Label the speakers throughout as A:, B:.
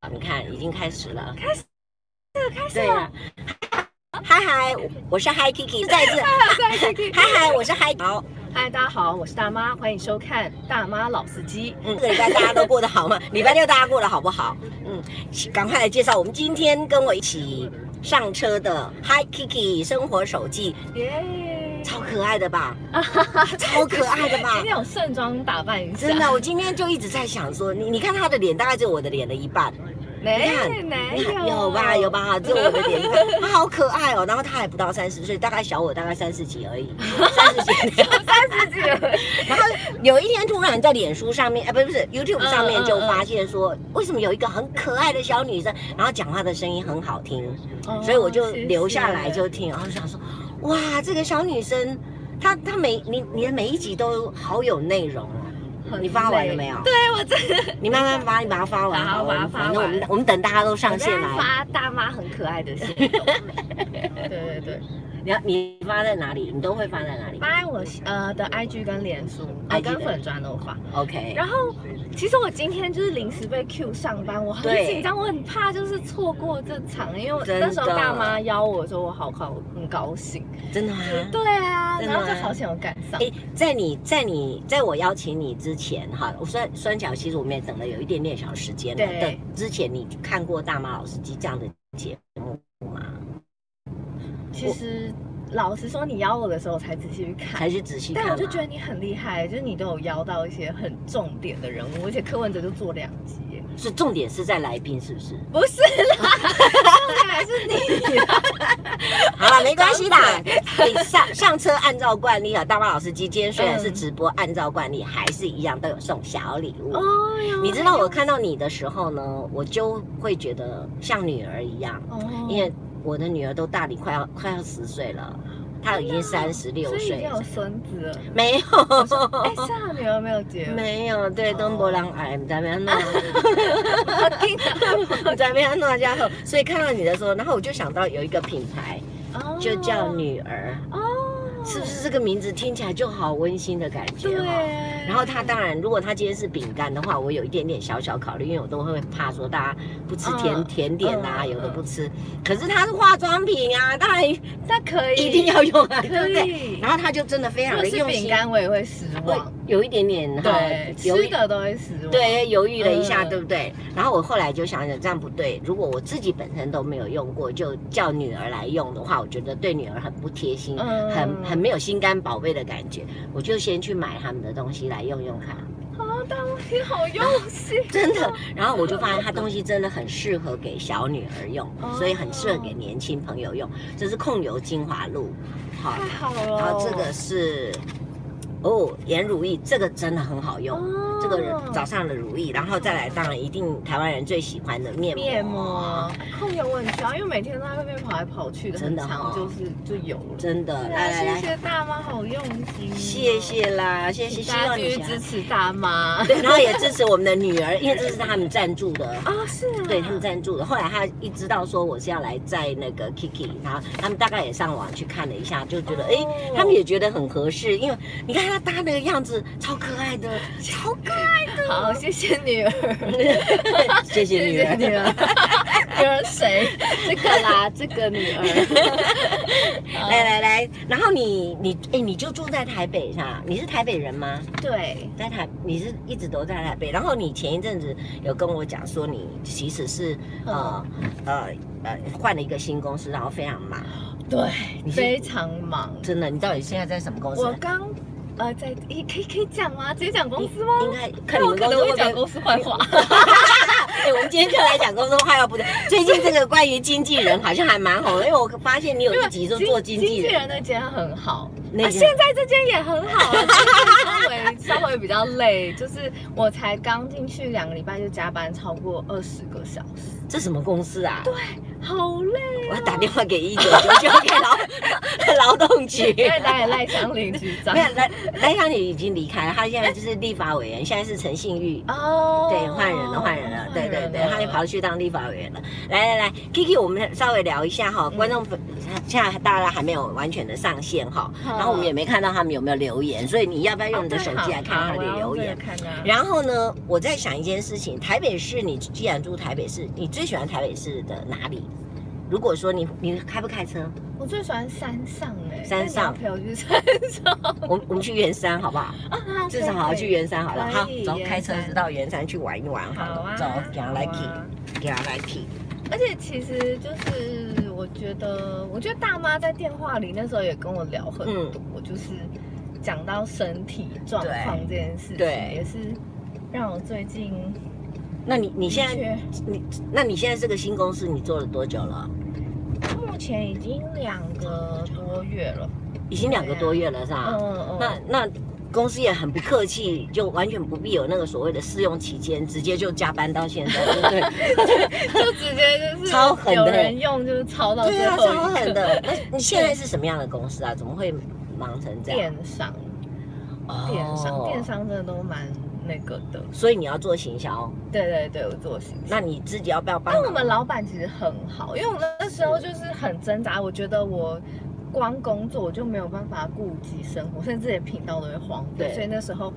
A: 啊你看，已经开始了。
B: 开始，开始
A: 对
B: 了
A: 呀。。嗨嗨，我是嗨 Kiki，再一次，
B: 再见 Kiki
A: 嗨嗨，我是嗨好。
B: 嗨，大家好，我是大妈，欢迎收看《大妈老司机》。
A: 嗯，这个礼拜大家都过得好吗？礼拜六大家过得好不好？嗯，赶快来介绍我们今天跟我一起上车的嗨 Kiki 生活手记，
B: 耶！
A: 超可爱的 吧？超可爱的吧
B: 今？天有盛装打扮一下，
A: 真的，我今天就一直在想说，你你看她的脸大概只有我的脸的一半，
B: 没
A: 你看
B: 没
A: 你看
B: 有
A: 有吧哎有？吧，只有我的脸一半，她好可爱哦。然后她还不到三十岁，大概小我大概三十几而 已，三十几。
B: 自己有
A: 然后有一天突然在脸书上面，啊，不是不是 YouTube
B: 嗯
A: 上面就发现说，为什么有一个很可爱的小女生，然后讲话的声音很好听，
B: 哦
A: 所以我就留下来就听，然后想说，哇，这个小女生，她她每你你的每一集都好有内容哦。你发完了没有？
B: 对我真的
A: 你慢慢发，你把它发完
B: 好
A: 好
B: 我把
A: 了，
B: 它
A: 反
B: 发
A: 正我
B: 完
A: 们我们等大家都上线
B: 我在
A: 来。
B: 发大妈很可爱的 线动。对对对，
A: 你要你发在哪里？你都会发在哪里
B: 发在我呃的 IG 跟脸书，啊
A: IG
B: 跟
A: 的
B: 粉砖都发。
A: ？OK，
B: 然后，其实我今天就是临时被 Q 上班，我很
A: 对
B: 紧张，我很怕就是错过这场，因为我
A: 真的
B: 那时候大妈邀我说我好高很高兴，
A: 真的吗？
B: 对啊，
A: 嗯真的
B: 然后就
A: 吗
B: 好想有赶上
A: 哎、，在你在你在我邀请你之前哈，我算算起来，其实我们也等了有一点点小时间了。
B: 对
A: 等之前你看过《大妈老司机》这样的节目吗？
B: 其实老实说，你邀我的时候我才仔细去看
A: 还。是仔细看
B: 但
A: 吗？
B: 我就觉得你很厉害，就是你都有邀到一些很重点的人物，而且柯文哲就做两集耶，
A: 是重点是在来宾是不是？
B: 不是啦，重点还是你啦，
A: 好了，没关系啦。 你上上车按照惯例啊，《大妈老司机》今天虽
B: 嗯
A: 然是直播，按照惯例还是一样都有送小礼物。
B: 哦哟
A: 你知道我看到你的时候呢，我就会觉得像女儿一样。
B: 哦
A: 因为我的女儿都大你快要快要十岁了，她已经三十六
B: 啊所以已经
A: 岁，
B: 有孙 子了。
A: 没
B: 哎，
A: 有。
B: 是啊，女儿没有结婚，
A: 没有，对，
B: 哦
A: 东伯狼癌，在那边弄，
B: 我听到
A: 在那边弄家伙，所以看到你的时候，然后我就想到有一个品牌，就叫女儿，
B: 哦，
A: 是不是这个名字听起来就好温馨的感觉
B: 对
A: 哦？，然后它当然，如果它今天是饼干的话，我有一点点小小考虑，因为我都会怕说大家不吃甜、
B: 嗯
A: 甜点啊，
B: 嗯
A: 有的
B: 嗯
A: 不吃。可是它是化妆品啊，当然
B: 那可以，
A: 一定要用啊，
B: 可以
A: 对不对？然后他就真的非
B: 如
A: 常
B: 果
A: 的
B: 是
A: 用
B: 饼
A: 心，
B: 干，我也会失
A: 会
B: 望，
A: 有一点点哈
B: 对，，
A: 犹
B: 吃
A: 豫
B: 的都会失望，
A: 对犹豫了一下，
B: 嗯
A: 对不对？然后我后来就想想，这样不对。如果我自己本身都没有用过，就叫女儿来用的话，我觉得对女儿很不贴心，
B: 嗯
A: 很很没有心肝宝贝的感觉。我就先去买他们的东西来用用看，
B: 啊，大王你好用心，
A: 真
B: 哦
A: 的。然后我就发现它东西真的很适合给小女儿用，
B: 哦
A: 所以很适合给年轻朋友用。这是控油精华露，好
B: 太好了，
A: 然后这个是哦，颜如意，这个真的很好用。
B: 哦
A: 这个早上的如意，然后再来，当然一定台湾人最喜欢的面膜。
B: 面膜控油我很啊需要，因为每天都在外面跑来跑去的，
A: 真
B: 很
A: 的
B: 长
A: 哦
B: 就是就油了。
A: 真的，
B: 对
A: 来来
B: 啊，谢
A: 来，
B: 谢大妈，好用心哦，
A: 谢谢啦，谢谢，
B: 请
A: 希
B: 大家
A: 望
B: 继
A: 你
B: 续
A: 喜
B: 支
A: 欢。
B: 持大妈
A: 对，然后也支持我们的女儿，因为这是他们赞助的。
B: 啊，是啊，
A: 对他们赞助的，后来他一知道说我是要来在那个 Kiki，然后他们大概也上网去看了一下，就觉得诶，
B: 哦
A: 他们也觉得很合适，因为你看他搭那个样子超可爱的，超可爱的。
B: 好，谢谢女儿。
A: 谢谢女儿。
B: 女 儿，女儿谁？这个啦，这个女儿。 啊
A: 来
B: 哎
A: 来来，然后你你哎、你就住在台北是吧？你是台北人吗？
B: 对，
A: 在台，你是一直都在台北。然后你前一阵子有跟我讲说，你其实是
B: 嗯
A: 呃呃呃换了一个新公司，然后非常忙。你
B: 嗯对，
A: 是
B: 非常忙。
A: 真的，你到底现在在什么公司
B: 我
A: 啊？
B: 刚呃，在可以可以可以讲吗？直接讲公司吗？
A: 应该看你
B: 那我
A: 们
B: 可
A: 公
B: 能
A: 司
B: 会
A: 会
B: 讲
A: 不会？
B: 公司坏话。
A: 哎、我们今天就来讲公司话要不对。最近这个关于经纪人好像还蛮红的，因为我发现你有一集就做经纪
B: 经纪
A: 人，
B: 人那间很好，
A: 那
B: 啊，
A: 间
B: 现在这间也很 好啊，就是稍微稍微比较累，就是我才刚进去两个礼拜就加班超过二十个小时，
A: 这什么公司啊？
B: 好累啊。
A: 我要打电话给一九九九给劳劳动 局。
B: 因为打给赖香林 局长
A: 没。有，赖赖香林已经离开了，他现在就是立法委员，现在是陈信玉。
B: 哦，
A: 对，换人了，换人了，对对对，他就跑
B: 去。
A: 去当立法委员了。来来来，Kiki，我们稍微聊一下哈，观众朋现在大家还没有完全的上线哈，
B: 好
A: 然后我们也没看到他们有没有留言，所以你要不要用你的手机来看他的留言？
B: 看啊。
A: 然后呢，我在想一件事情：台北市，你既然住台北市，你最喜欢台北市的哪里？如果说你你开不 开车，
B: 我最喜欢山上哎、欸，
A: 山上
B: 那你要陪我去山上
A: 我们我们去圆山好不好？
B: 啊，
A: 至少好好去圆山好了。好
B: 可以，
A: 走，
B: 圆
A: 开车
B: 山
A: 到圆山去玩一玩好
B: 好
A: 了。
B: 啊，
A: 走，给他来 key，
B: 好啊
A: 给他来 key。
B: 而且其实就是我觉得，我觉得大妈在电话里那时候也跟我聊很
A: 嗯
B: 多，就是讲到身体状况这件事情，
A: 对
B: 也是让我最近
A: 那你你
B: 你
A: 现在你那你现在这个新公司你做了多久了？
B: 目前已经两个多月了，
A: 已经两个多月了是吧？
B: 嗯
A: 那
B: 嗯，
A: 那公司也很不客气，就完全不必有那个所谓的试用期间，直接就加班到现在，对不对？
B: 就直接就是
A: 超狠的
B: 有人用就是超到
A: 对
B: 最
A: 啊，
B: 后一
A: 超
B: 刻
A: 狠 的。那你现在是什么样的公司啊？怎么会忙成这样？
B: 电商，
A: 哦
B: 电商，电。商真的都蛮那个的，
A: 所以你要做行销，
B: 对对对，我做行销
A: 那你自己要不要帮
B: 但
A: 忙？
B: 我们老板其实很好，因为我那时候就是很挣扎，我觉得我光工作我就没有办法顾及生活，甚至连频道都会荒
A: 对
B: 废，所以那时候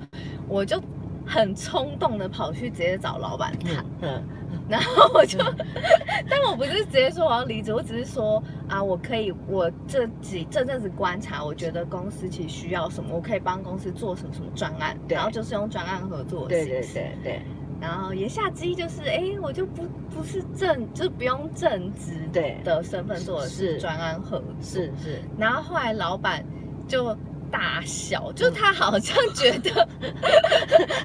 B: 我就很冲动的跑去直接找老板谈，
A: 嗯嗯
B: 然后我就， 但我不是直接说我要离职，我只是说啊，我可以，我这几这阵子观察，我觉得公司其实需要什么，我可以帮公司做什么什么专案，
A: 对
B: 然后就是用专案合作的
A: 对
B: 形式。
A: 对对对
B: 然后言下之意就是，哎，我就不不是正，就不用正职
A: 对
B: 的身份做的
A: 是
B: 是专案合作。
A: 是是，
B: 然后后来老板就大笑，就他好像
A: 嗯
B: 觉得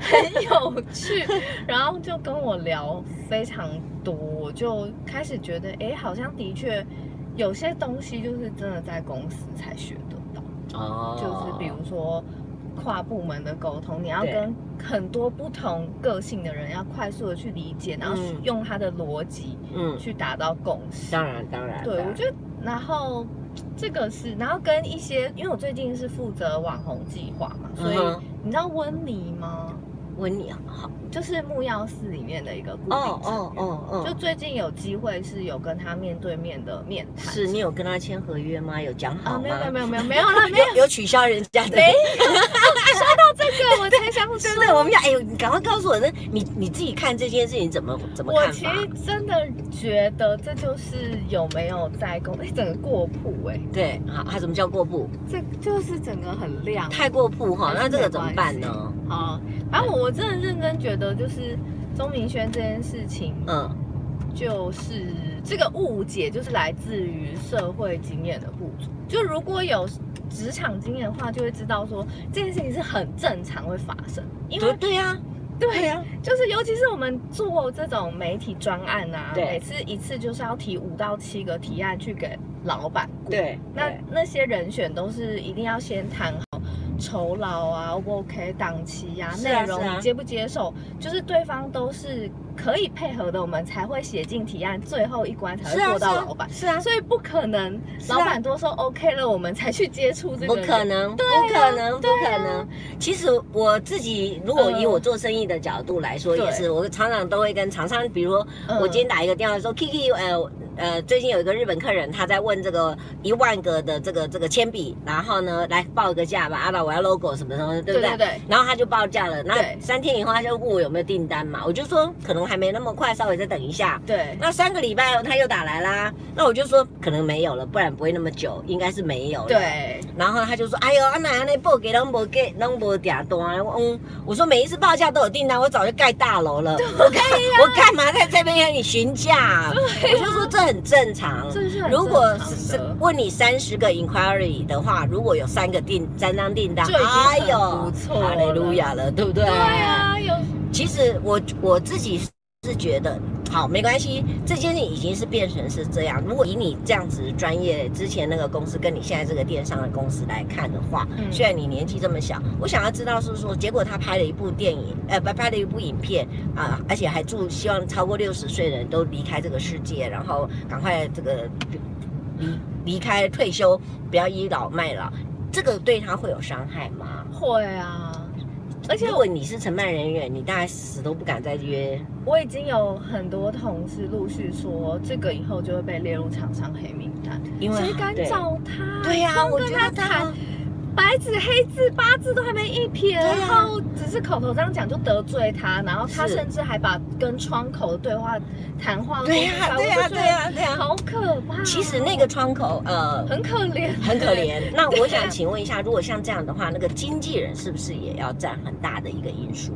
B: 很有 趣，然后就跟我聊非常多，我就开始觉得，哎，好像的确有些东西就是真的在公司才学得到。
A: 哦
B: 就是比如说跨部门的沟通，你要
A: 对
B: 跟很多不同个性的人要快速的去理解，然后去
A: 嗯
B: 用他的逻辑
A: 嗯，
B: 去达到共识。
A: 当然当然，
B: 对，我觉得，然后这个是，然后跟一些，因为我最近是负责网红计划嘛，所以、
A: 嗯哼
B: 你知道温妮吗？
A: 问你好，
B: 就是木曜四里面的一个固定
A: 哦
B: 成
A: 哦
B: 员
A: 哦哦，
B: 就最近有机会是有跟他面对面的面谈，
A: 是你有跟他签合约吗？有讲好
B: 啊，
A: 吗？
B: 没有没有没有没有没有啦，没有
A: 有有取消人家的？
B: 没有。说到这个，我才想说，
A: 真的，我们要哎呦，你赶快告诉我，那你你自己看这件事情怎么怎么
B: 我
A: 看
B: 其
A: 法？
B: 实真的觉得这就是有没有在公，哎，整个过曝哎、
A: 对，好，他怎么叫过曝？
B: 这就是整个很亮。
A: 太过曝哈，那
B: 还是
A: 这个
B: 没
A: 怎么
B: 关
A: 办
B: 系
A: 呢？
B: 好，反正我我真的认真觉得，就是钟明轩这件事情，
A: 嗯，
B: 就是这个误解，就是来自于社会经验的不足。就如果有职场经验的话，就会知道说这件事情是很正常会发生，因为
A: 对对呀，
B: 对啊
A: 对啊呀，
B: 就是尤其是我们做这种媒体专案啊，
A: 对
B: 每次一次就是要提五到七个提案去给老板顾。
A: 对，
B: 那
A: 对
B: 那些人选都是一定要先谈好酬劳啊，O 不 OK，档期呀、
A: 是
B: 内、
A: 啊
B: 容
A: 是啊
B: 你接不接受，就是对方都是可以配合的，我们才会写进提案，最后一关才
A: 是
B: 会
A: 啊
B: 过
A: 是
B: 到
A: 啊
B: 老板。
A: 是啊，
B: 所以不可能，
A: 是啊
B: 老板都说 OK 了，我们才去接触这
A: 不
B: 个
A: 可
B: 人。
A: 能，不
B: 对
A: 可
B: 啊
A: 能，不
B: 对
A: 可
B: 啊
A: 能。其实我自己，如果以
B: 嗯
A: 我做生意的角度来说，也
B: 对
A: 是，我常常都会跟厂商，比如说
B: 嗯
A: 我今天打一个电话说，Kiki，呃呃，最近有一个日本客人，他在问这个一万个的这个这个铅笔，然后呢，来报个价吧，阿老我要 logo 什么什么的，对不
B: 对
A: 对？
B: 对对，
A: 然后他就报价了，那
B: 对
A: 三天以后他就问我有没有订单嘛，我就说可能还没那么快，稍微再等一下。
B: 对
A: 那三个礼拜后他又打来啦，那我就说可能没有了，不然不会那么久，应该是没有了。
B: 对，
A: 然后他就说：“哎呦，啊那安尼报价拢无给，拢无订单。”我嗯，我说每一次报价都有订单，我早就盖大楼了， 我干、我干嘛在这边跟你询价、我就说这很正常。
B: 这是 很
A: 如果
B: 正常
A: 是
B: 的
A: 是问你三十个 inquiry 的话，如果有三个订三张订单，
B: 就已经
A: 哎
B: 很不错了
A: 哈利路亚了，对不对？
B: 对啊，有
A: 其实我我自己是觉得，好，没关系，这件事已经是变成是这样。如果以你这样子专业之前那个公司跟你现在这个电商的公司来看的话，
B: 嗯
A: 虽然你年纪这么小，我想要知道是说，结果他拍了一部电影，呃，拍拍了一部影片啊、而且还祝希望超过六十岁的人都离开这个世界，然后赶快这个离离开退休，不要倚老卖老，这个对他会有伤害吗？
B: 会啊，而且
A: 如
B: 我
A: 果你是承办人员，你大概死都不敢再约
B: 我已经有很多同事陆续说，这个以后就会被列入厂商黑名单。
A: 因为
B: 谁敢
A: 对
B: 找他？
A: 对呀、
B: 光
A: 我
B: 跟
A: 觉
B: 他
A: 得他
B: 谈，白纸黑字八字都还没一撇，
A: 对啊
B: 然后只是口头这样讲就得罪他，然后他
A: 是
B: 甚至还把跟窗口的对话谈话录
A: 对
B: 出
A: 呀，
B: 来
A: 对
B: 我
A: 呀，
B: 就
A: 对
B: 觉
A: 呀，对
B: 得
A: 呀。
B: 好可怕哦。
A: 其实那个窗口， 呃，
B: 很可怜，
A: 很可。怜。那我想请问一下，如果像这样的话，那个经纪人是不是也要占很大的一个因素？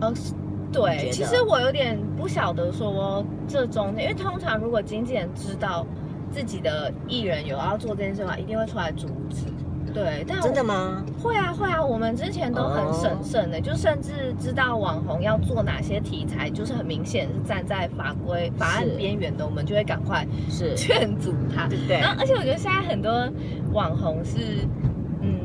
B: 呃，是对，
A: 觉
B: 其
A: 得
B: 实我有点不晓得说这中间，因为通常如果经纪人知道自己的艺人有要做这件事的话，一定会出来阻止。对，但我
A: 真的哦吗？
B: 会啊会啊，我们之前都很审慎的，就甚至知道网红要做哪些题材，就是很明显是站在法规法案
A: 是
B: 边缘的，我们就会赶快
A: 是，
B: 劝阻他。
A: 对不对
B: 然？后，而且我觉得现在很多网红是，嗯，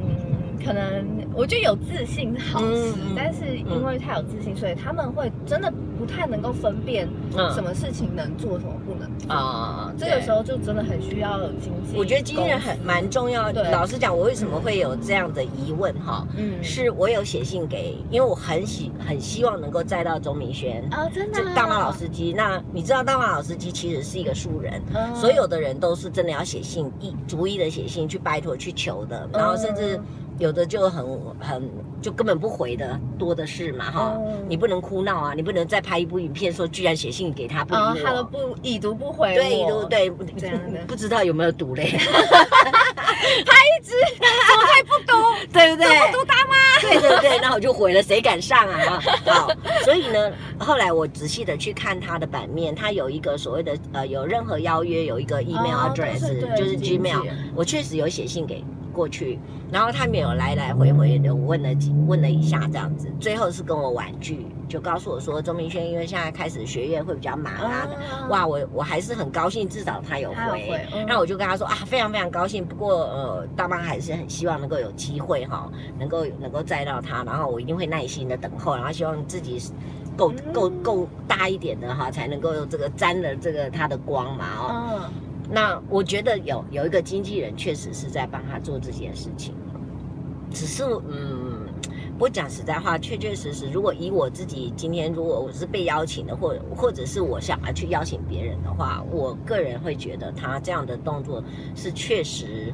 B: 可能我觉得有自信是好事，
A: 嗯嗯
B: 但是因为太有自信，所以他们会真的不太能够分辨
A: 嗯
B: 什么事情能做，什么不能。
A: 啊，
B: 这个时
A: 候。
B: 候就真的很需要有经济。
A: 我觉得经纪人很，蛮重要。
B: 对
A: 老实讲，我为什么会有这样的疑问哈？
B: 嗯，
A: 是我有写信给，因为我很喜很希望能够载到周明轩，
B: 啊，真的
A: 这
B: 啊
A: 大马老，司机。那你知道大马老司机其实是一个素人，
B: 嗯
A: 所有的人都是真的要写信，一逐一的写信去拜托去求的，然后甚至
B: 嗯
A: 有的就很很就根本不回的多的是嘛哈
B: 嗯。
A: 你不能哭闹啊，你不能再拍一部影片说居然写信给他不
B: 啊，
A: 理
B: 他都
A: 我。
B: 不已读不回我，
A: 对，对对，
B: 这样的
A: 不知道有没有读嘞，
B: 还不读，
A: 对不对？
B: 不读大妈，
A: 对对对，那我就毁了，谁敢上啊？好，所以呢，后来我仔细的去看他的版面，他有一个所谓的呃，有任何邀约有一个 email
B: 哦
A: address，、
B: 对对
A: 就是 Gmail
B: 理解。
A: 我确实有写信给过去，然后他们有来来回回的问了几问了一下这样子，最后是跟我婉拒，就告诉我说钟明轩因为现在开始学业会比较忙啊的。
B: 啊
A: 哇，我我还是很高兴，至少他有
B: 他有
A: 回。
B: 回嗯
A: 那我就跟他说啊，非常非常高兴。不过呃，大妈还是很希望能够有机会哈，能够能够载到他，然后我一定会耐心的等候，然后希望自己够
B: 嗯
A: 够够大一点的哈，才能够这个沾了这个他的光嘛哦。
B: 嗯。
A: 那我觉得有有一个经纪人确实是在帮他做这件事情，只是嗯，我讲实在话，确确实实，如果以我自己今天如果我是被邀请的，或或者是我想要去邀请别人的话，我个人会觉得他这样的动作是确实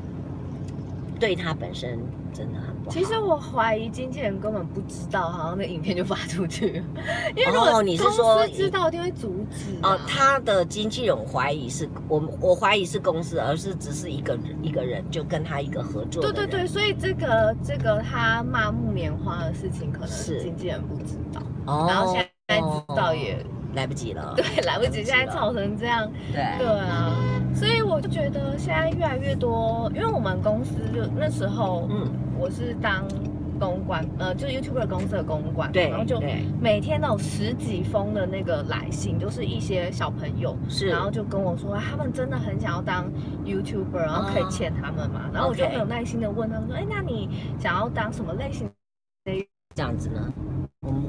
A: 对他本身真的很不好。
B: 其实我怀疑经纪人根本不知道，好像那影片就发出去了，因为如
A: 哦
B: 果
A: 你是
B: 公司
A: 说
B: 知道一定会阻止啊
A: 哦，他的经纪人我怀疑是我我怀疑是公司，而是只是一个人一个人就跟他一个合作的
B: 对
A: 人。
B: 对对，所以这个这个他骂木棉花的事情，可能
A: 是
B: 经纪人不知道，
A: 哦，
B: 然后现在知道也、
A: 来不及了。
B: 对来不及，
A: 了
B: 现在吵成这样，
A: 对
B: 对啊，
A: 嗯
B: 所以我就觉得现在越来越多，因为我们公司就那时候
A: 嗯，
B: 我是当公关，呃，就 YouTuber 公司的公关，
A: 对，
B: 然后就
A: 对
B: 每天都有十几封的那个来信，就是一些小朋友，
A: 是，
B: 然后就跟我说啊他们真的很想要当 YouTuber，然
A: 啊
B: 后可以签他们嘛。然后我就
A: OK
B: 很有耐心的问他们说，哎，那你想要当什么类型？
A: 这样子呢，我们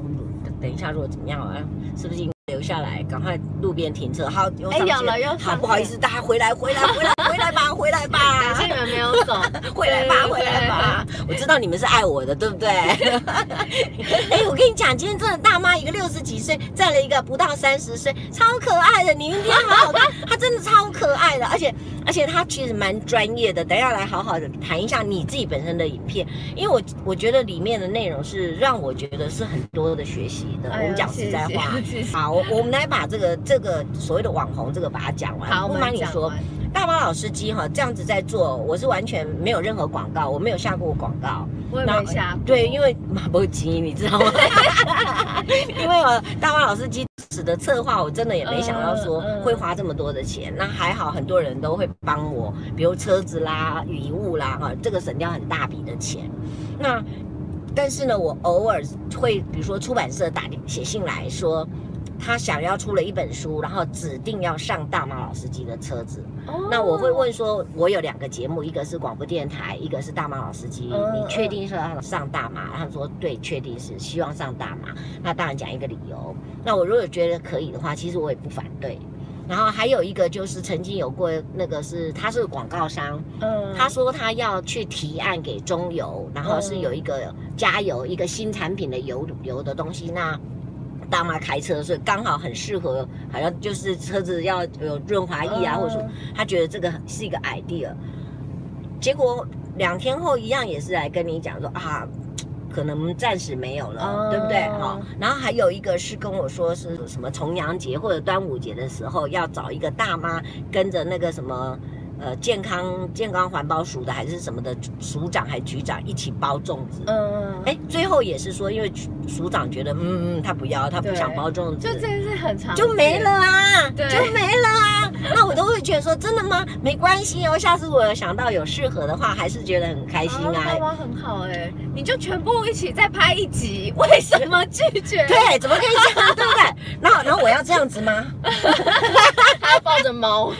A: 等一下如果怎么样啊，是不是应该留下来，赶快路边停车？好，又
B: 哎
A: 上
B: 有
A: 线
B: 了又上
A: 好，
B: 线
A: 不好意思，大家回来，回来，回来，回来吧，回 来
B: 感
A: 吧。
B: 谢你们没有 走，
A: 回来吧，
B: 对
A: 回来吧！我知道你们是爱我的，对 不对？哎、我跟你讲，今天真的大妈一个六十几岁，载了一个不到三十岁，超可爱的。你明天好好 看，她真的超可爱的，而且而且她其实蛮专业的。等一下来好好的谈一下你自己本身的影片，因为我我觉得里面的内容是让我觉得是很多的学习的。
B: 哎呦
A: 我们讲实在话。
B: 谢谢谢谢
A: 好，我我们来把这个这个所谓的网红这个把它讲完。
B: 好，
A: 不
B: 我
A: 瞒
B: 们
A: 你
B: 讲
A: 说
B: 完，。
A: 大妈老司机哈，这样子在做，我是完全没有任何广告，我没有下过广告。
B: 我也
A: 那
B: 没下播，
A: 对，因为马不及，你知道吗？ 因为我大妈老司机使的策划，我真的也没想到说
B: 嗯嗯
A: 会花这么多的钱。那还好，很多人都会帮我，比如车子啦、礼物啦，哈，这个省掉很大笔的钱。那但是呢，我偶尔会，比如说出版社打写信来说。他想要出了一本书，然后指定要上大马老司机的车子，
B: 哦
A: 那我会问说，我有两个节目，一个是广播电台，一个是大马老司机，
B: 嗯
A: 你确定是要上大马？他说对，确定是希望上大马。那当然讲一个理由。那我如果觉得可以的话，其实我也不反对。然后还有一个就是曾经有过那个是他是广告商，
B: 嗯
A: 他说他要去提案给中油，然后是有一个加油一个新产品的油油的东西，那大妈开车，所以刚好很适合，好像就是车子要有润滑液啊，
B: 嗯
A: 或者说他觉得这个是一个 idea。结果两天后一样也是来跟你讲说啊，可能暂时没有了，
B: 哦
A: 对不对？好、然后还有一个是跟我说是什么重阳节或者端午节的时候要找一个大妈跟着那个什么。呃，健康健康环保署的还是什么的署长还局长一起包粽子，
B: 嗯，
A: 哎，最后也是说，因为署长觉得，嗯嗯，他不要，他不想包粽子，
B: 就这件事很长，
A: 就没了。啊，
B: 对
A: 就没了啊。那我都会觉得说，真的吗？没关系哦，下次我有想到有适合的话，还是觉得很开心
B: 啊，爸
A: 啊。
B: 妈很好哎、你就全部一起再拍一集，为什么拒绝？
A: 对，啊怎么可以这样，对不对？然后，然后我要这样子吗？
B: 还要抱着猫，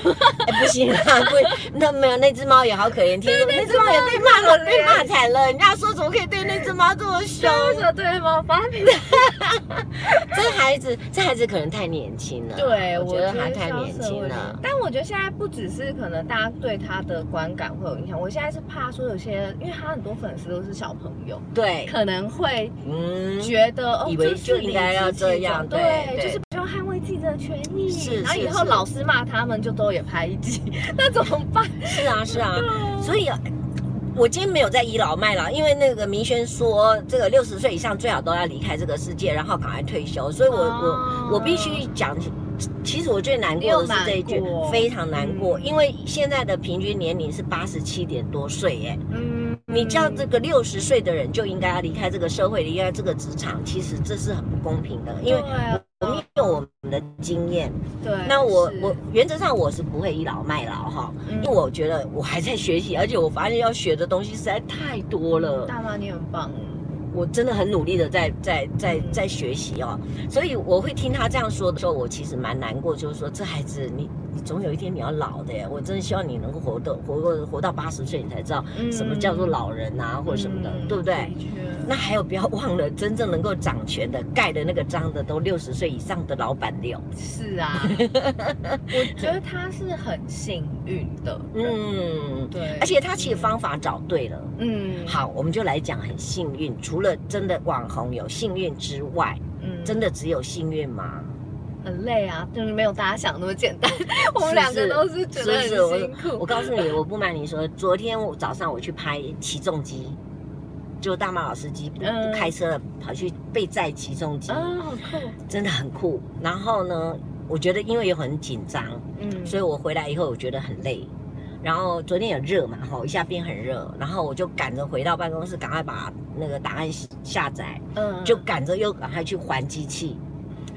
A: 哎，不行啊，不，那没有那只猫也好可怜，听说那只猫也被骂
B: 猫
A: 了
B: 很，可
A: 被
B: 怜
A: 骂惨了。人家说怎么可以对那只猫这么凶？
B: 抱着对猫，把它
A: 这孩子，这孩子可能太年轻了。
B: 对，
A: 我
B: 我
A: 觉得还太
B: 萧
A: 年
B: 瑟
A: 轻
B: 薇
A: 了。
B: 但我觉得现在不只是可能大家对他的观感会有影响，我现在是怕说有些，因为他很多粉丝都是小朋友，
A: 对，
B: 可能会
A: 嗯。
B: 觉得、哦，
A: 以为
B: 这
A: 就是应该
B: 你
A: 要
B: 自己
A: 这
B: 的
A: 样
B: 对，
A: 对对
B: 就是不要捍卫自己的权益。
A: 是
B: 然后
A: 是
B: 以后
A: 是
B: 老师骂他们就都也拍一集，那怎么办？
A: 是啊，是啊，所以呃我今天没有在倚老卖老，因为那个明轩说，这个六十岁以上最好都要离开这个世界，然后赶快退休，所以 我、我我必
B: 哦
A: 须讲。其实我最难过的是这一句
B: 你有难，过嗯
A: 非常难过，因为现在的平均年龄是八十七点多岁耶。
B: 嗯，
A: 你叫这个六十岁的人就应该要离开这个社会，离开这个职场，其实这是很不公平的，因为
B: 对啊
A: 我们有我们的经验。
B: 对，
A: 那我
B: 嗯是
A: 我原则上我是不会倚老卖老哈，
B: 嗯
A: 因为我觉得我还在学习，而且我发现要学的东西实在太多了，
B: 大妈你很棒，
A: 我真的很努力的在在在在学习哦，所以我会听他这样说的时候，我其实蛮难过，就是说这孩子你你总有一天你要老的耶，我真的希望你能够活到活过活到八十岁，你才知道
B: 嗯
A: 什么叫做老人啊，或者什么的，
B: 嗯
A: 对不对？
B: 的确
A: 那还有，不要忘了，真正能够掌权的、盖的那个章的，都六十岁以上的老板了。
B: 是啊，我觉得他是很幸运的，嗯，
A: 嗯，
B: 对，
A: 而且他其实方法找对了。
B: 嗯，嗯，
A: 好，我们就来讲很幸运。除了真的网红有幸运之外，
B: 嗯
A: 真的只有幸运吗？
B: 很累啊，就是没有大家想的那么简 单， 我们两个都是觉得
A: 是是我
B: 很辛苦，
A: 我告诉你，我不瞒你说，昨天我早上我去拍起重机，就大马老司机不
B: 嗯
A: 不开车了，跑去被载起重机，
B: 啊，好酷，
A: 真的很酷。然后呢，我觉得因为有很紧张，
B: 嗯，
A: 所以我回来以后我觉得很累。然后昨天也热嘛，吼，一下变很热，然后我就赶着回到办公室，赶快把那个档案下载，
B: 嗯
A: 就赶着又赶快去还机器，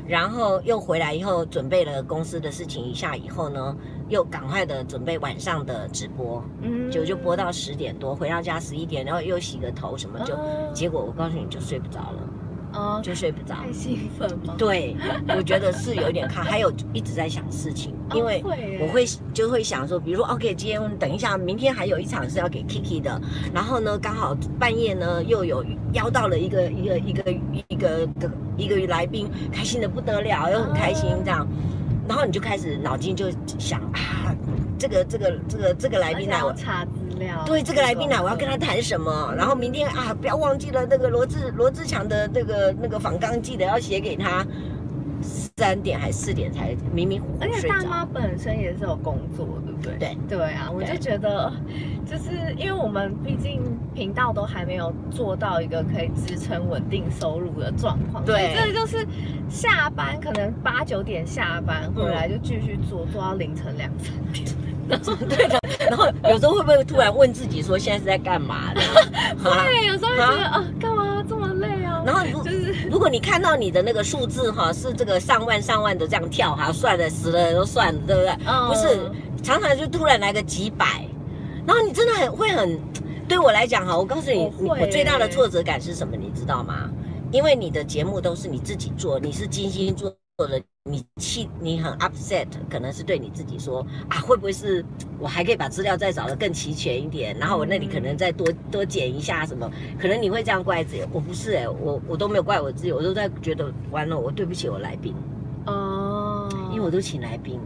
A: 然后又回来以后准备了公司的事情一下以后呢，又赶快的准备晚上的直播，
B: 嗯
A: 就就播到十点多，回到家十一点，然后又洗个头什么就，
B: 啊
A: 结果我告诉你就睡不着了，
B: 哦，
A: 就睡不着。
B: 太兴奋吗？
A: 对，我觉得是有一点看，还有一直在想事情，
B: 哦
A: 因为。
B: 会耶
A: 我会就会想说，比如说，OK，今天等一下，明天还有一场是要给 Kiki 的，然后呢，刚好半夜呢又有邀到了一个一个一个一个一个来宾，开心的不得了，又很开心
B: 哦
A: 这样，然后你就开始脑筋就想啊，这个这个这个这个来
B: 而且
A: 宾
B: 还
A: 来
B: 要嗯
A: 我。
B: 查资料，
A: 对这个来宾来，
B: 种
A: 我要跟他谈什么？然后明天啊，不要忘记了那个罗志罗志强的那个那个访纲，记得要写给他。三点还四点才迷迷糊糊
B: 而且
A: 睡
B: 大
A: 着。
B: 妈本身也是有工作，对不对？
A: 对
B: 对啊，我就
A: 对
B: 觉得，就是因为我们毕竟频道都还没有做到一个可以支撑稳定收入的状况，
A: 对
B: 所以这就是下班可能八九点下班回
A: 嗯
B: 来就继续做，做到凌晨两三点，
A: 然后有时候会不会突然问自己说现在是在干嘛 呢？啊
B: 对，有时候会觉得啊，干嘛这么累啊？
A: 然后如
B: 就是
A: 如果你看到你的那个数字哈是这个上万上万的这样跳哈，算了死了都算了，对不对？
B: 嗯
A: 不是，常常就突然来个几百，然后你真的很会很，对我来讲哈，我告诉你，
B: 我
A: 我
B: 会
A: 我最大的
B: 欸
A: 挫折感是什么，你知道吗？因为你的节目都是你自己做，你是精心做的，你气你很 upset，可能是对你自己说啊，会不会是我还可以把资料再找得更齐全一点，然后我那里可能再多多剪一下什么，可能你会这样怪自己，我不是哎、我我都没有怪我自己，我都在觉得完了，我对不起我来宾，
B: 哦，
A: 因为我都请来宾，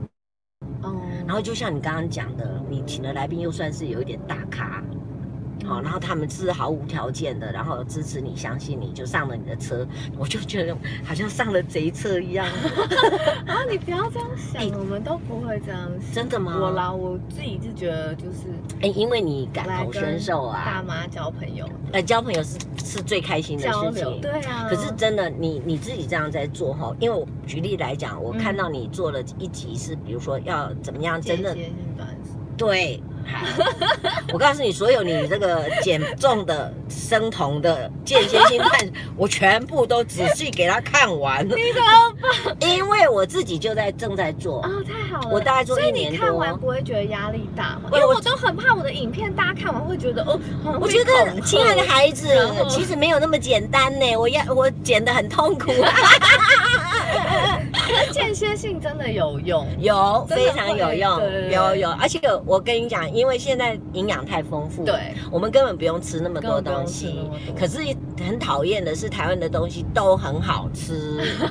B: 哦，
A: 然后就像你刚刚讲的，你请的来宾又算是有一点大咖，好、
B: 嗯
A: 然后他们是毫无条件的，然后支持你、相信你，就上了你的车，我就觉得好像上了贼车一 样，
B: 然啊后你不要这样想，
A: 哎
B: 我们都不会这样想。
A: 真的吗？
B: 我啦，我自己是觉得就是
A: 哎，因为你感
B: 来
A: 同
B: 跟
A: 身受
B: 大
A: 啊，
B: 妈交朋友、
A: 呃，交朋友是是最开心的
B: 交
A: 事
B: 流，
A: 情。
B: 对啊。
A: 可是真的，你你自己这样在做哈，因为我举例来讲，我
B: 嗯
A: 看到你做了一集是，比如说要怎么样，真的
B: 间歇性断食
A: 对。好 我告诉你，所有你这个减重的、生酮的、间歇性碳， 我全部都仔细给他看完，
B: 你怎么
A: 因为我自己就在正在做
B: 啊、。太好了！
A: 我大概做
B: 所以
A: 一年
B: 你
A: 多
B: 看完不会觉得压力大吗？因
A: 喂
B: 为
A: 我
B: 我都很怕我的影片大家看完会觉得哦，好像
A: 我
B: 被
A: 觉
B: 恐
A: 得，
B: 吓
A: 亲爱的孩子
B: 然后，
A: 其实没有那么简单呢。我要我减的很痛 苦，
B: 间歇性真的有用。
A: 有
B: 真的
A: 非常有
B: 会对对
A: 用，
B: 对
A: 有有。而且我跟你讲，因为现在营养太丰富，，
B: 对，
A: 我们根本不用吃那么
B: 根
A: 多
B: 本不用
A: 东
B: 吃
A: 西
B: 那。么多
A: 可是很讨厌的是，台湾的东西都很好 吃，
B: 所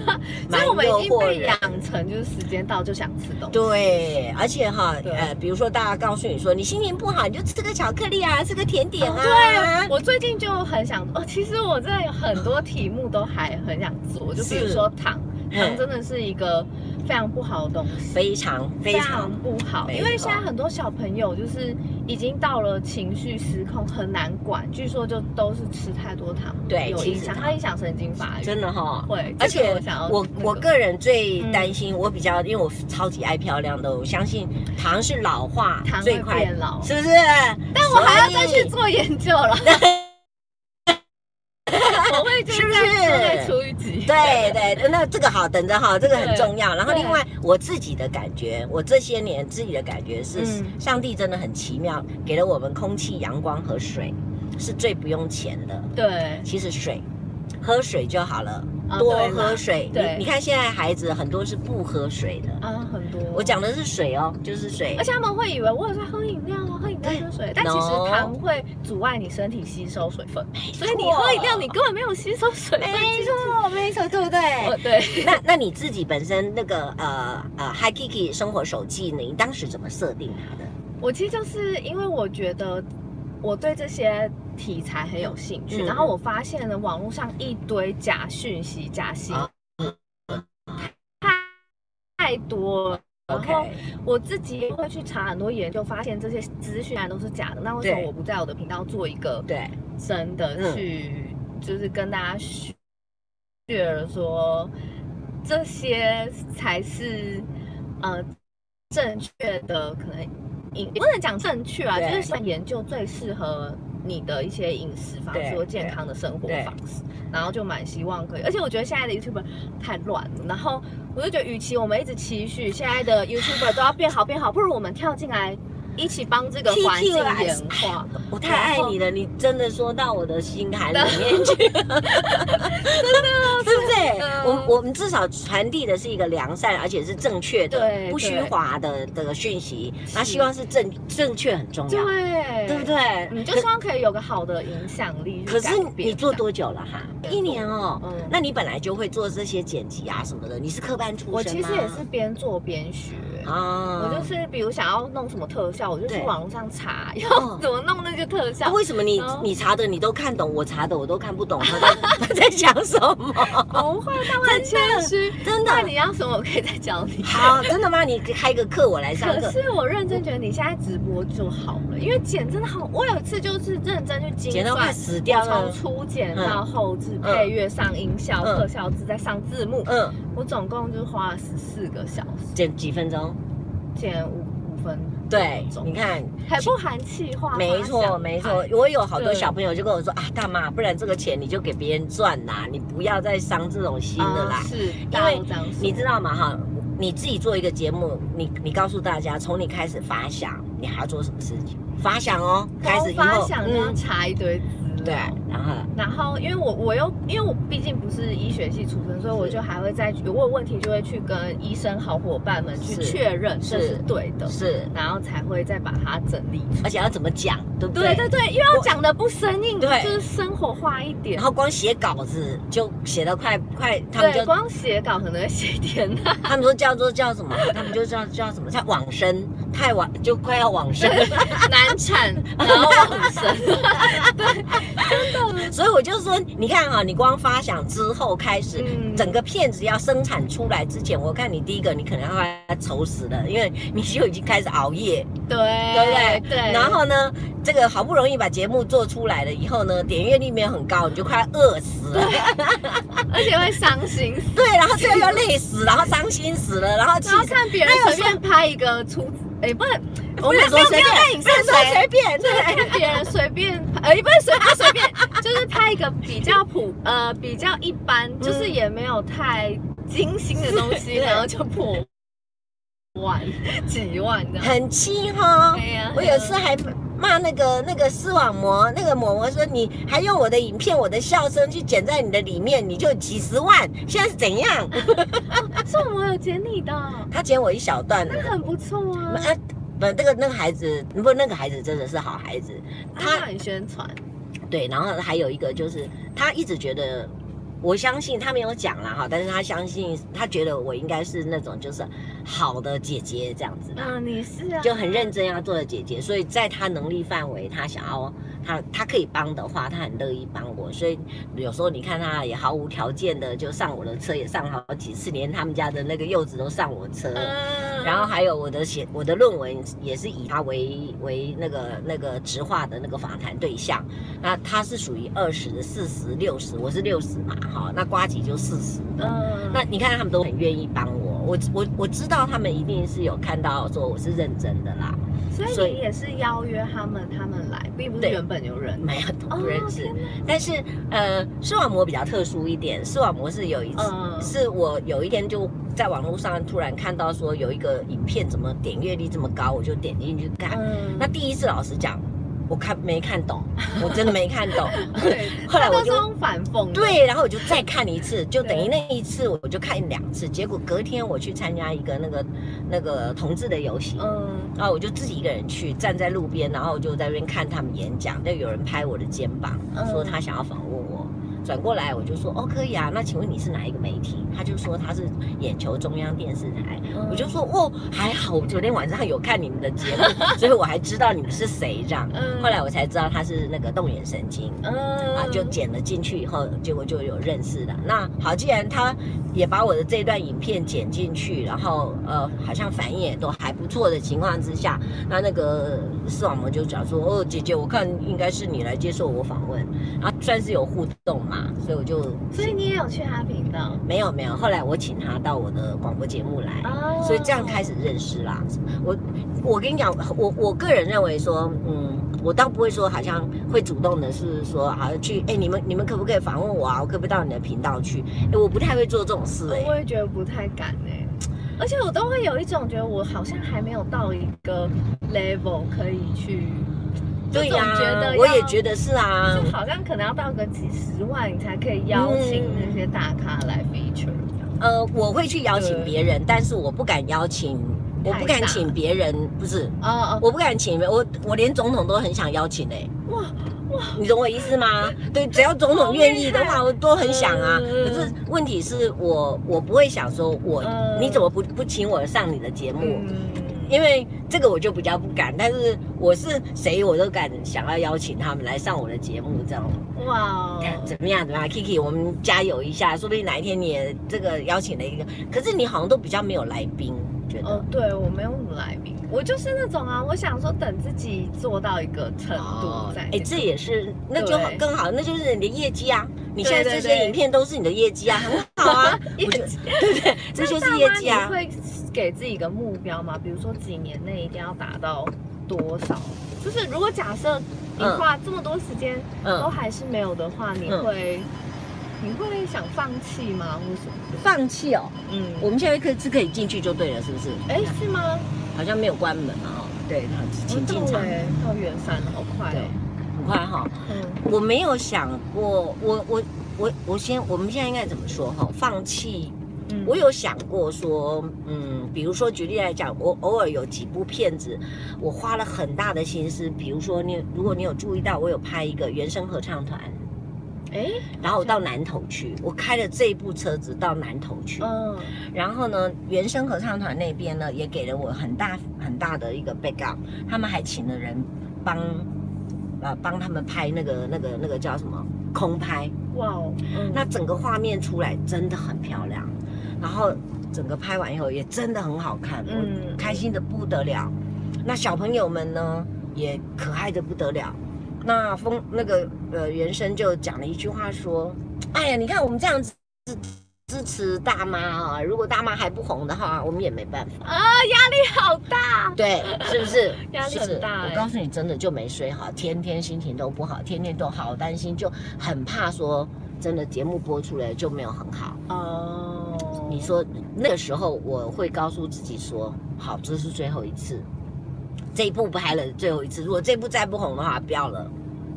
A: 蛮
B: 以我们
A: 诱
B: 已经
A: 惑
B: 被
A: 人。
B: 养成就是时间到就想吃东西。
A: 对，而且哈，
B: 对
A: 呃，比如说大家告诉你说你心情不好，你就吃个巧克力啊，吃个甜点
B: 哦
A: 啊，
B: 我最近就很想哦，其实我真的有很多题目都还很想做，就比如
A: 是
B: 说糖，糖
A: 嗯
B: 真的是一个非常不好的东西，
A: 非常非常
B: 不好。
A: 没
B: 因为现
A: 错
B: 在很多小朋友就是已经到了情绪失控，很难管，据说就都是吃太多糖，
A: 对
B: 有
A: 其
B: 影
A: 实
B: 响，
A: 糖
B: 它影响神经发育，
A: 真的哈。
B: 会。
A: 而
B: 这个
A: 且
B: 我想要
A: 我
B: 那
A: 我个人最
B: 嗯
A: 担心，我比较因为我超级爱漂亮的，我相信糖是老化
B: 糖
A: 最
B: 会
A: 快，
B: 变老，
A: 是不是？
B: 但我还要再去做研究了。我会就是
A: 是不
B: 再
A: 是
B: 再出一集。
A: 对对，那这个好，等着哈，这个很
B: 对
A: 重要。然后
B: 对
A: 另外，我自己的感觉，我这些年自己的感觉是，
B: 嗯
A: 上帝真的很奇妙，给了我们空气、阳光和水，是最不用钱的。
B: 对，
A: 其实水，喝水就好了，
B: 啊
A: 多
B: 对啦
A: 喝水。
B: 对
A: 你你看现在孩子很多是不喝水的，
B: 啊，很多。
A: 我，讲的是水哦，就是水
B: 而。且他们会以为我有在喝饮料啊，喝饮料就是水，但其实
A: No
B: 糖会阻碍你身体吸收水分，所以你
A: 错
B: 喝饮料你根本没有吸收水分。
A: 没
B: 其实
A: 错，没错，对不对？
B: 哦，对，
A: 哎那那你自己本身那个呃呃 Hi Kiki 生活手记，你当时怎么设定它的？
B: 我其实就是因为我觉得我对这些题材很有兴趣，
A: 嗯
B: 然后我发现了网络上一堆假讯息、假新闻
A: 啊嗯
B: 太多了。然后
A: OK，
B: 我自己也会去查很多研究，发现这些资讯啊都是假的。那为什么
A: 对
B: 我不在我的频道做一个
A: 对，
B: 真的
A: 嗯
B: 去，就是跟大家 share 说这些才是呃正确的，可能饮不能讲正确啊，就
A: 对
B: 是喜欢研究最适合你的一些饮食方式
A: 对
B: 或健康的生活
A: 对
B: 方式，然后就蛮希望可以。而且我觉得现在的 YouTuber 太乱了，然后我就觉得，与其我们一直期许现在的 YouTuber 都要变好变好，不如我们跳进来。一起帮这个环境
A: TTYS
B: 演化，
A: 我太爱你了，你真的说到我的心坎里面去，
B: 哦
A: 对不对？
B: 嗯
A: 我我们至少传递的是一个良善，而且是正确的
B: 对、
A: 不虚华的这个讯息。那希望是正正确很重要，
B: 对
A: 对不对？
B: 你就
A: 可
B: 希望可以有个好的影响力。
A: 可是
B: 去改变
A: 你做，多久了哈？一年哦。
B: 嗯，
A: 那你本来就会做这些剪辑啊什么的，你是科班出身吗？
B: 我其实也是边做边学。
A: 啊，
B: 我就是，比如想要弄什么特效，我就去
A: 对
B: 网络上查 要
A: 哦
B: 怎么弄那个特
A: 那
B: 效。
A: 为什么你
B: 然后
A: 你查的你都看懂，我查的我都看不懂，他在 他在讲什么？
B: 不会，但我很谦虚。
A: 真
B: 那
A: 的
B: 你要什么，我可以再教你。
A: 好，真的吗？你开个课我来上
B: 可
A: 课。
B: 是我认真觉得你现在直播就好了，因为剪真的好。我有一次就是认真去精
A: 剪到快
B: 算，
A: 死掉
B: 我从
A: 了。
B: 初剪
A: 嗯
B: 到后置、
A: 嗯
B: 配乐、上音效、
A: 嗯
B: 特效字，再上字幕，
A: 嗯，
B: 我总共就花了十四个小时。
A: 剪几分钟？
B: 减五五分，
A: 对，你看，
B: 还不含气化，哎
A: 没错没错
B: 还。，
A: 我有好多
B: 对
A: 小朋友就跟我说啊，大妈，不然这个钱你就给别人赚啦，你不要再伤这种心了啦
B: 啊。是，
A: 因为
B: 这样
A: 你知道吗？哈，你自己做一个节目，你你告诉大家，从你开始发想，你还要做什么事情？发想哦，开始以
B: 发
A: 后，嗯
B: 想要，查一堆资
A: 对
B: 料。，
A: 然后
B: 然后，因为我我又因为我毕竟不是医学系出身，所以我
A: 是
B: 就还会再我有问题就会去跟医生好伙伴们去
A: 是
B: 确认这
A: 是
B: 是对的，
A: 是，
B: 然后才会再把它整理出来。
A: 而且要怎么讲，对不
B: 对对对，因为要讲的不生硬，
A: 对
B: 就是生活化一点
A: 然。后光写稿子就写得快快，他们
B: 对，
A: 就
B: 光写稿可能会写一天。
A: 他们说叫做叫什么，他们就叫叫什么叫往生，太晚就快要往 生了，
B: 难产， 然后往生，
A: 所以我就说，你看啊，你光发想之后开始，
B: 嗯
A: 整个片子要生产出来之前，我看你第一个你可能要把它愁死了，因为你就已经开始熬夜，
B: 对
A: 对
B: 对
A: 不对？
B: 哎对，
A: 然后呢，这个好不容易把节目做出来了以后呢，点阅率没有很高，你就快饿死了。
B: 而且会伤心死，
A: 对，然后最后又累死，然后伤心死了，然后气
B: 然后
A: 死。
B: 看别人
A: 那有
B: 随
A: 时
B: 便拍一个出，哎，不能，
A: 我们
B: 不
A: 说
B: 要不
A: 随
B: 要
A: 便，
B: 看影
A: 不能
B: 射
A: 说
B: 谁。
A: 随便，
B: 就
A: 对
B: 是。看别人随便拍，呃，也不是随便随便，就是拍一个比较普，呃，比较一般，就是也没有太精心的东 西，
A: 对
B: 然后就破万几万这样。
A: 很气哈。
B: 对呀
A: 我有次还骂那个那个视网膜，那个膜膜说你还用我的影片、我的笑声去剪在你的里面，你就几十万，现在是怎样？
B: 是我有剪你的，
A: 他剪我一小段，
B: 那很不错啊，
A: 啊，不，那个那个孩子，不，那个孩子真的是好孩子，
B: 他
A: 他
B: 很宣传，
A: 对，然后还有一个就是他一直觉得。我相信他没有讲啦哈，但是他相信，他觉得我应该是那种就是好的姐姐这样子啦。
B: 嗯，你是啊，
A: 就很认真要做的姐姐，所以在她能力范围，她想要她她可以帮的话，她很乐意帮我。所以有时候你看她也毫无条件的就上我的车，也上好几次，连他们家的那个柚子都上我车。
B: 嗯
A: 然后还有我的写我的论文也是以她为为那个那个直话的那个访谈对象，那她是属于二十四十六十，我是六十嘛，哈，那瓜姐就四十，
B: 嗯，
A: 那你看他们都很愿意帮我，我我我知道他们一定是有看到说我是认真的啦，所
B: 所
A: 以
B: 以你也是邀约他们，他们来，并不是
A: 对
B: 原本有人。
A: 没有都不认识。
B: 哦天哪
A: 但是呃，视网膜比较特殊一点，视网膜是有一次、
B: 嗯
A: 是我有一天就在网络上突然看到说有一个影片怎么点阅率这么高，我就点进去看。
B: 嗯
A: 那第一次老实讲，我看没看 懂，我真的没看懂。
B: 对，
A: 后来
B: 他
A: 我
B: 都是
A: 就
B: 用反讽的，
A: 对，然后我就再看一次，就等于那一次我就看两次。结果隔天我去参加一个那个那个同志的游行，
B: 嗯，
A: 然后我就自己一个人去，站在路边，然后就在那边看他们演讲。就有人拍我的肩膀，
B: 嗯
A: 说他想要访问我。转过来我就说哦可以啊，那请问你是哪一个媒体？他就说他是眼球中央电视台。
B: 嗯
A: 我就说哦还好，我昨天晚上有看你们的节目，所以我还知道你们是谁这样。
B: 嗯
A: 后来我才知道他是那个动眼神经。
B: 嗯
A: 啊，就剪了进去以后，结果就有认识了。那好，既然他也把我的这段影片剪进去，然后呃，好像反应也都还不错的情况之下，那那个视网膜就讲说，哦，姐姐，我看应该是你来接受我访问，啊，算是有互动嘛，所以我就
B: 所以你也有去他频道
A: 没有没有。后来我请他到我的广播节目来，
B: 哦
A: 所以这样开始认识啦。我我跟你讲，我我个人认为说，嗯，我倒不会说好像会主动的是说，好像去，哎、你们你们可不可以访问我啊？我可不可以到你的频道去？哎、我不太会做这种事、哎诶
B: 哦我也觉得不太敢哎、而且我都会有一种觉得我好像还没有到一个 level 可以去，
A: 对呀、
B: 就总觉得
A: 我也
B: 要
A: 觉得是啊。
B: 就好像可能要到个几十万，你才可以邀请
A: 嗯
B: 那些大咖来 feature 这样。
A: 呃，我会去邀请
B: 对
A: 别人，但是我不敢邀请，我不
B: 太
A: 敢
B: 大
A: 请别人，不是，
B: 哦哦，
A: 我不敢请，我我连总统都很想邀请哎、
B: 哇哇，
A: 你懂我意思吗？对，只要总统愿意的话，我都很想啊。
B: 嗯
A: 可是问题是我我不会想说我、
B: 嗯
A: 你怎么不不请我上你的节目？
B: 嗯，
A: 因为这个我就比较不敢，但是我是谁我都敢想要邀请他们来上我的节目，这样、
B: 哇哦，
A: 怎么样怎么样？Kiki，我们加油一下，说不定哪一天你也这个邀请了一个，可是你好像都比较没有来宾，觉得、
B: 哦，对，我没有什么来宾，我就是那种啊，我想说等自己做到一个程
A: 哦
B: 度再
A: 哎、
B: 去
A: 这也是，那就好
B: 对
A: 更好，那就是你的业绩啊！你现在这
B: 对对
A: 些
B: 对
A: 影片都是你的业绩啊，很好 啊，
B: 业
A: 我觉得
B: 绩
A: 对不对？这就是业绩啊
B: 那大。妈你会给自己一个目标吗？比如说几年内一定要达到多少？就是如果假设你花这么多时间都
A: 嗯，
B: 还是没有的话，你
A: 嗯
B: 会你会想放弃吗？为什么？
A: 放弃哦，
B: 嗯，
A: 我们现在可以是可以进去就对了，是不是？
B: 哎是吗？
A: 好像没有关门嘛，哦，对，那请进
B: 到
A: 场，
B: 欸到圆山了好快
A: 对啊
B: 哦。，
A: 很快哈、
B: 嗯
A: 我没有想过，我我我我先，我们现在应该怎么说哈、放弃
B: 嗯
A: 我有想过说，嗯，比如说举例来讲，我偶尔有几部片子，我花了很大的心思。比如说你，如果你有注意到，我有拍一个原声合唱团，
B: 哎，
A: 然后我到南投去，我开了这部车子到南投去。
B: 嗯
A: 然后呢，原声合唱团那边呢也给了我很大很大的一个 backup，他们还请了人帮，呃，帮他们拍那个那个那个叫什么空拍，
B: 哇哦，嗯
A: 那整个画面出来真的很漂亮，然后整个拍完以后也真的很好看，
B: 嗯
A: 嗯，开心的不得了。那小朋友们呢也可爱的不得了。那风那个呃原生就讲了一句话说：“哎呀，你看我们这样子支持大妈啊，如果大妈还不红的话，我们也没办法。
B: 啊，压力好大，？
A: 对，是不是
B: 压力很大
A: 是不
B: 欸
A: 是我告诉你，真的就没睡好，天天心情都不好，天天都好担心，就很怕说真的节目播出来就没有很好。
B: 哦
A: 你说那个时候，我会告诉自己说，好，这是最后一次，这一部拍了最后一次，如果这部再不红的话，不要了。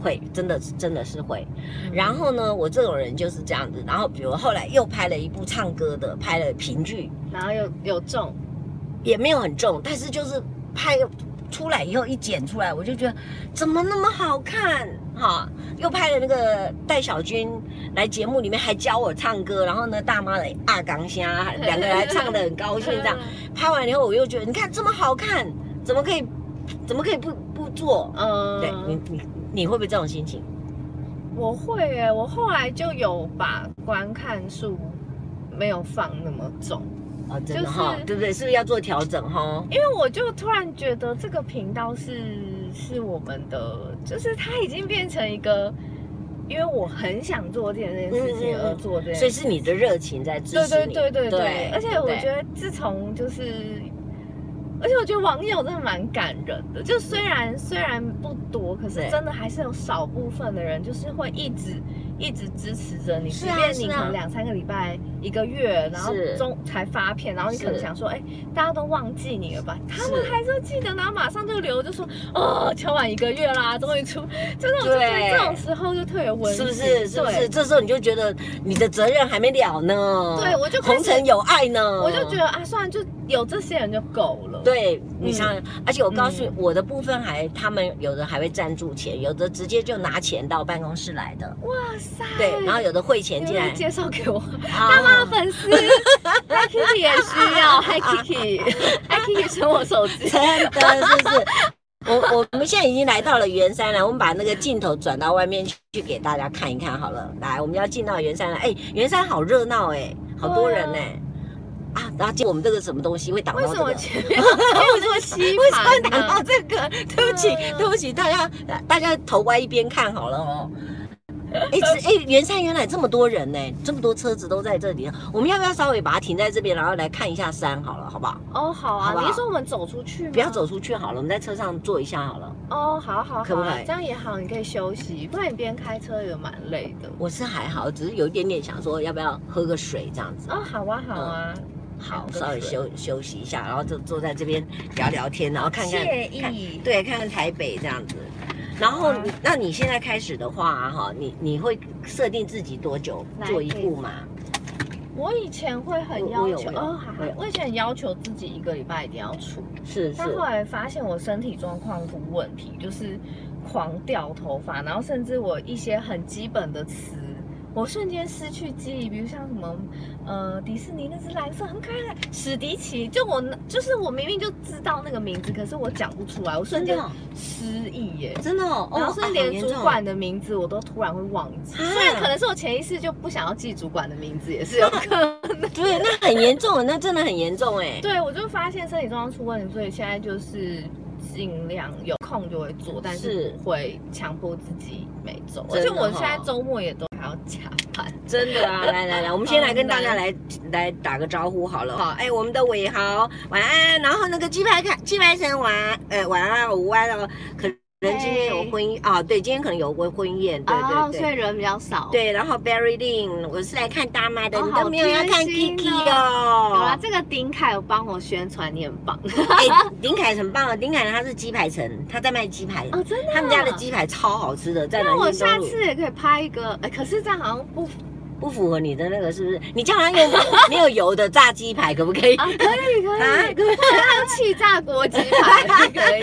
A: 会，真的是真的是会。然后呢，我这种人就是这样子。然后，比如后来又拍了一部唱歌的，拍了评剧，
B: 然后有有中，
A: 也没有很重，但是就是拍出来以后一剪出来，我就觉得怎么那么好看哈！又拍了那个戴小军来节目里面还教我唱歌，然后呢大妈的阿港虾两个人还唱的很
B: 哦
A: 高兴这 样。
B: 嗯
A: 拍完以后我又觉得你看这么好看，怎么可以怎么可以不不做？
B: 嗯，
A: 对你你你会不会这种心情？
B: 我会诶、我后来就有把观看数没有放那么重，
A: 哦，真
B: 就
A: 的哈、
B: 是
A: 对不对？是不是要做调整哈？
B: 因为我就突然觉得这个频道是是我们的，就是它已经变成一个，因为我很想做这件事
A: 嗯
B: 情
A: 嗯嗯
B: 而做这件
A: 所
B: 事
A: 以是你的热情在支
B: 对
A: 持
B: 对
A: 你，
B: 对对对，而且我
A: 对
B: 觉得自从就是，而且我觉得网友真的蛮感人的，就虽然虽然不多，可是
A: 对
B: 真的还是有少部分的人就是会一直一直支持着你，即
A: 是啊
B: 便你
A: 是啊
B: 可能两三个礼拜、一个月，然后
A: 是
B: 中才发片，然后你可能
A: 是
B: 想说，哎，大家都忘记你了吧？他们
A: 是
B: 还是会记得，然后马上就留就说，哦，敲完一个月啦，终于出，就那种就
A: 对
B: 是这种时候就特别温
A: 是
B: 馨，
A: 不是？是不
B: 对
A: 是？这时候你就觉得你的责任还没了呢。
B: 对我就开始
A: 红尘有爱呢。
B: 我就觉得啊，算了，就有这些人就够了。，
A: 嗯对你像，而且我告诉你
B: 嗯，
A: 我的部分还他们有的还会赞助钱，有的直接就拿钱到办公室来的，
B: 哇塞，
A: 对，然后有的汇
B: 你
A: 钱
B: 们
A: 进来。
B: 介绍给我，
A: 啊
B: 大妈的粉丝，Hi Kiki 也需
A: 哦
B: 要，Hi Kiki，Hi Kiki 存我 手 机。
A: 真的是不 是？我我们现在已经来到了圆山了，我们把那个镜头转到外面去去给大家看一看好了。来，我们要进到圆山了，哎，圆山好热闹哎，好多人哎、啊，然后结果我们这个什么东西会挡
B: 为
A: 到
B: 什
A: 这
B: 么
A: 个？
B: 觉得我做吸
A: 为什么
B: 盘
A: 谈到
B: 呢？
A: 这 个？对不起，
B: 嗯
A: 对不起，大家大家头歪一边看好了哦。哎、这哎，圆山原来这么多人呢、这么多车子都在这里，我们要不要稍微把它停在这边，然后来看一下山好了，好不好？
B: 哦，好
A: 好不
B: 啊，
A: 好
B: 你是说我们走出去吗？
A: 不要走。出去好了，我们在车上坐一下好了。
B: 哦，好好
A: 可
B: 好
A: 不
B: 啊
A: 可，以
B: 这样也好，你可以休息，不然你边开车也蛮累的。
A: 我是还好，只是有一点点想说要不要喝个水这样子。
B: 哦，好啊，好啊，
A: 嗯好
B: 喝，个
A: 稍微
B: 水
A: 休休息一下，然后就坐在这边聊聊天，然后看看
B: 惬
A: 看
B: 意。
A: 对，看看台北这样子。然后
B: 好啊，
A: 那你现在开始的话，哈，你你会设定自己多久
B: 来
A: 做一部嘛？
B: 我以前会很
A: 我
B: 要
A: 我有
B: 求
A: 我有
B: 哦，好好
A: 我有，
B: 我以前很要求自己一个礼拜一定要出，
A: 是
B: 但
A: 是
B: 后，来发现我身体状况出问题，就是狂掉头发，然后甚至我一些很基本的词，我瞬间失去记忆，比如像什么呃迪士尼那只蓝色很可爱的史迪奇，就我就是我明明就知道那个名字，可是我讲不出来，我瞬
A: 真
B: 间
A: 的哦
B: 失忆耶。
A: 真的哦，哦
B: 然后甚至
A: 啊好
B: 连
A: 严
B: 主
A: 重
B: 管的名字我都突然会忘记，
A: 啊
B: 虽然可能是我潜意识就不想要记主管的名字，也是有可能。
A: 对，那很严重，那真的很严重哎。
B: 对，我就发现身体状况出问题，所以现在就是尽量有空就会做，但是
A: 是
B: 不会强迫自己每周。而
A: 真
B: 且
A: 的
B: 我现在
A: 哦
B: 周末也都还要加班。
A: 真的啊， 来来来，我们先来跟大
B: 好
A: 家来来打个招呼好了哈。哎，我们的伟豪晚安，然后那个鸡排卡鸡排神晚安，呃晚安午安哦。可能今天有
B: 嘿
A: 婚姻啊，对，今天可能有婚婚宴，对对对。
B: 哦人比较少。
A: 对，然后 Barry Lin，我是来看大妈的，
B: 哦
A: 你
B: 好
A: 都没有要看
B: 贴心
A: Kiki
B: 有 啦
A: 哦。，
B: 这个丁凯有帮我宣传，你很棒
A: 哎、林凯很棒啊，林凯他是鸡排城，他在卖鸡排，
B: 哦，真的。
A: 他们家的。鸡排超好吃的，在南
B: 那我
A: 京
B: 下
A: 东路。
B: 次也可以拍一个，哎，可是这样好 像不
A: 不符合你的那个是不是？你叫他用没有 油的炸鸡排可不可以？
B: 啊，可以可
A: 啊
B: 以，可以还有气炸锅鸡排 可以。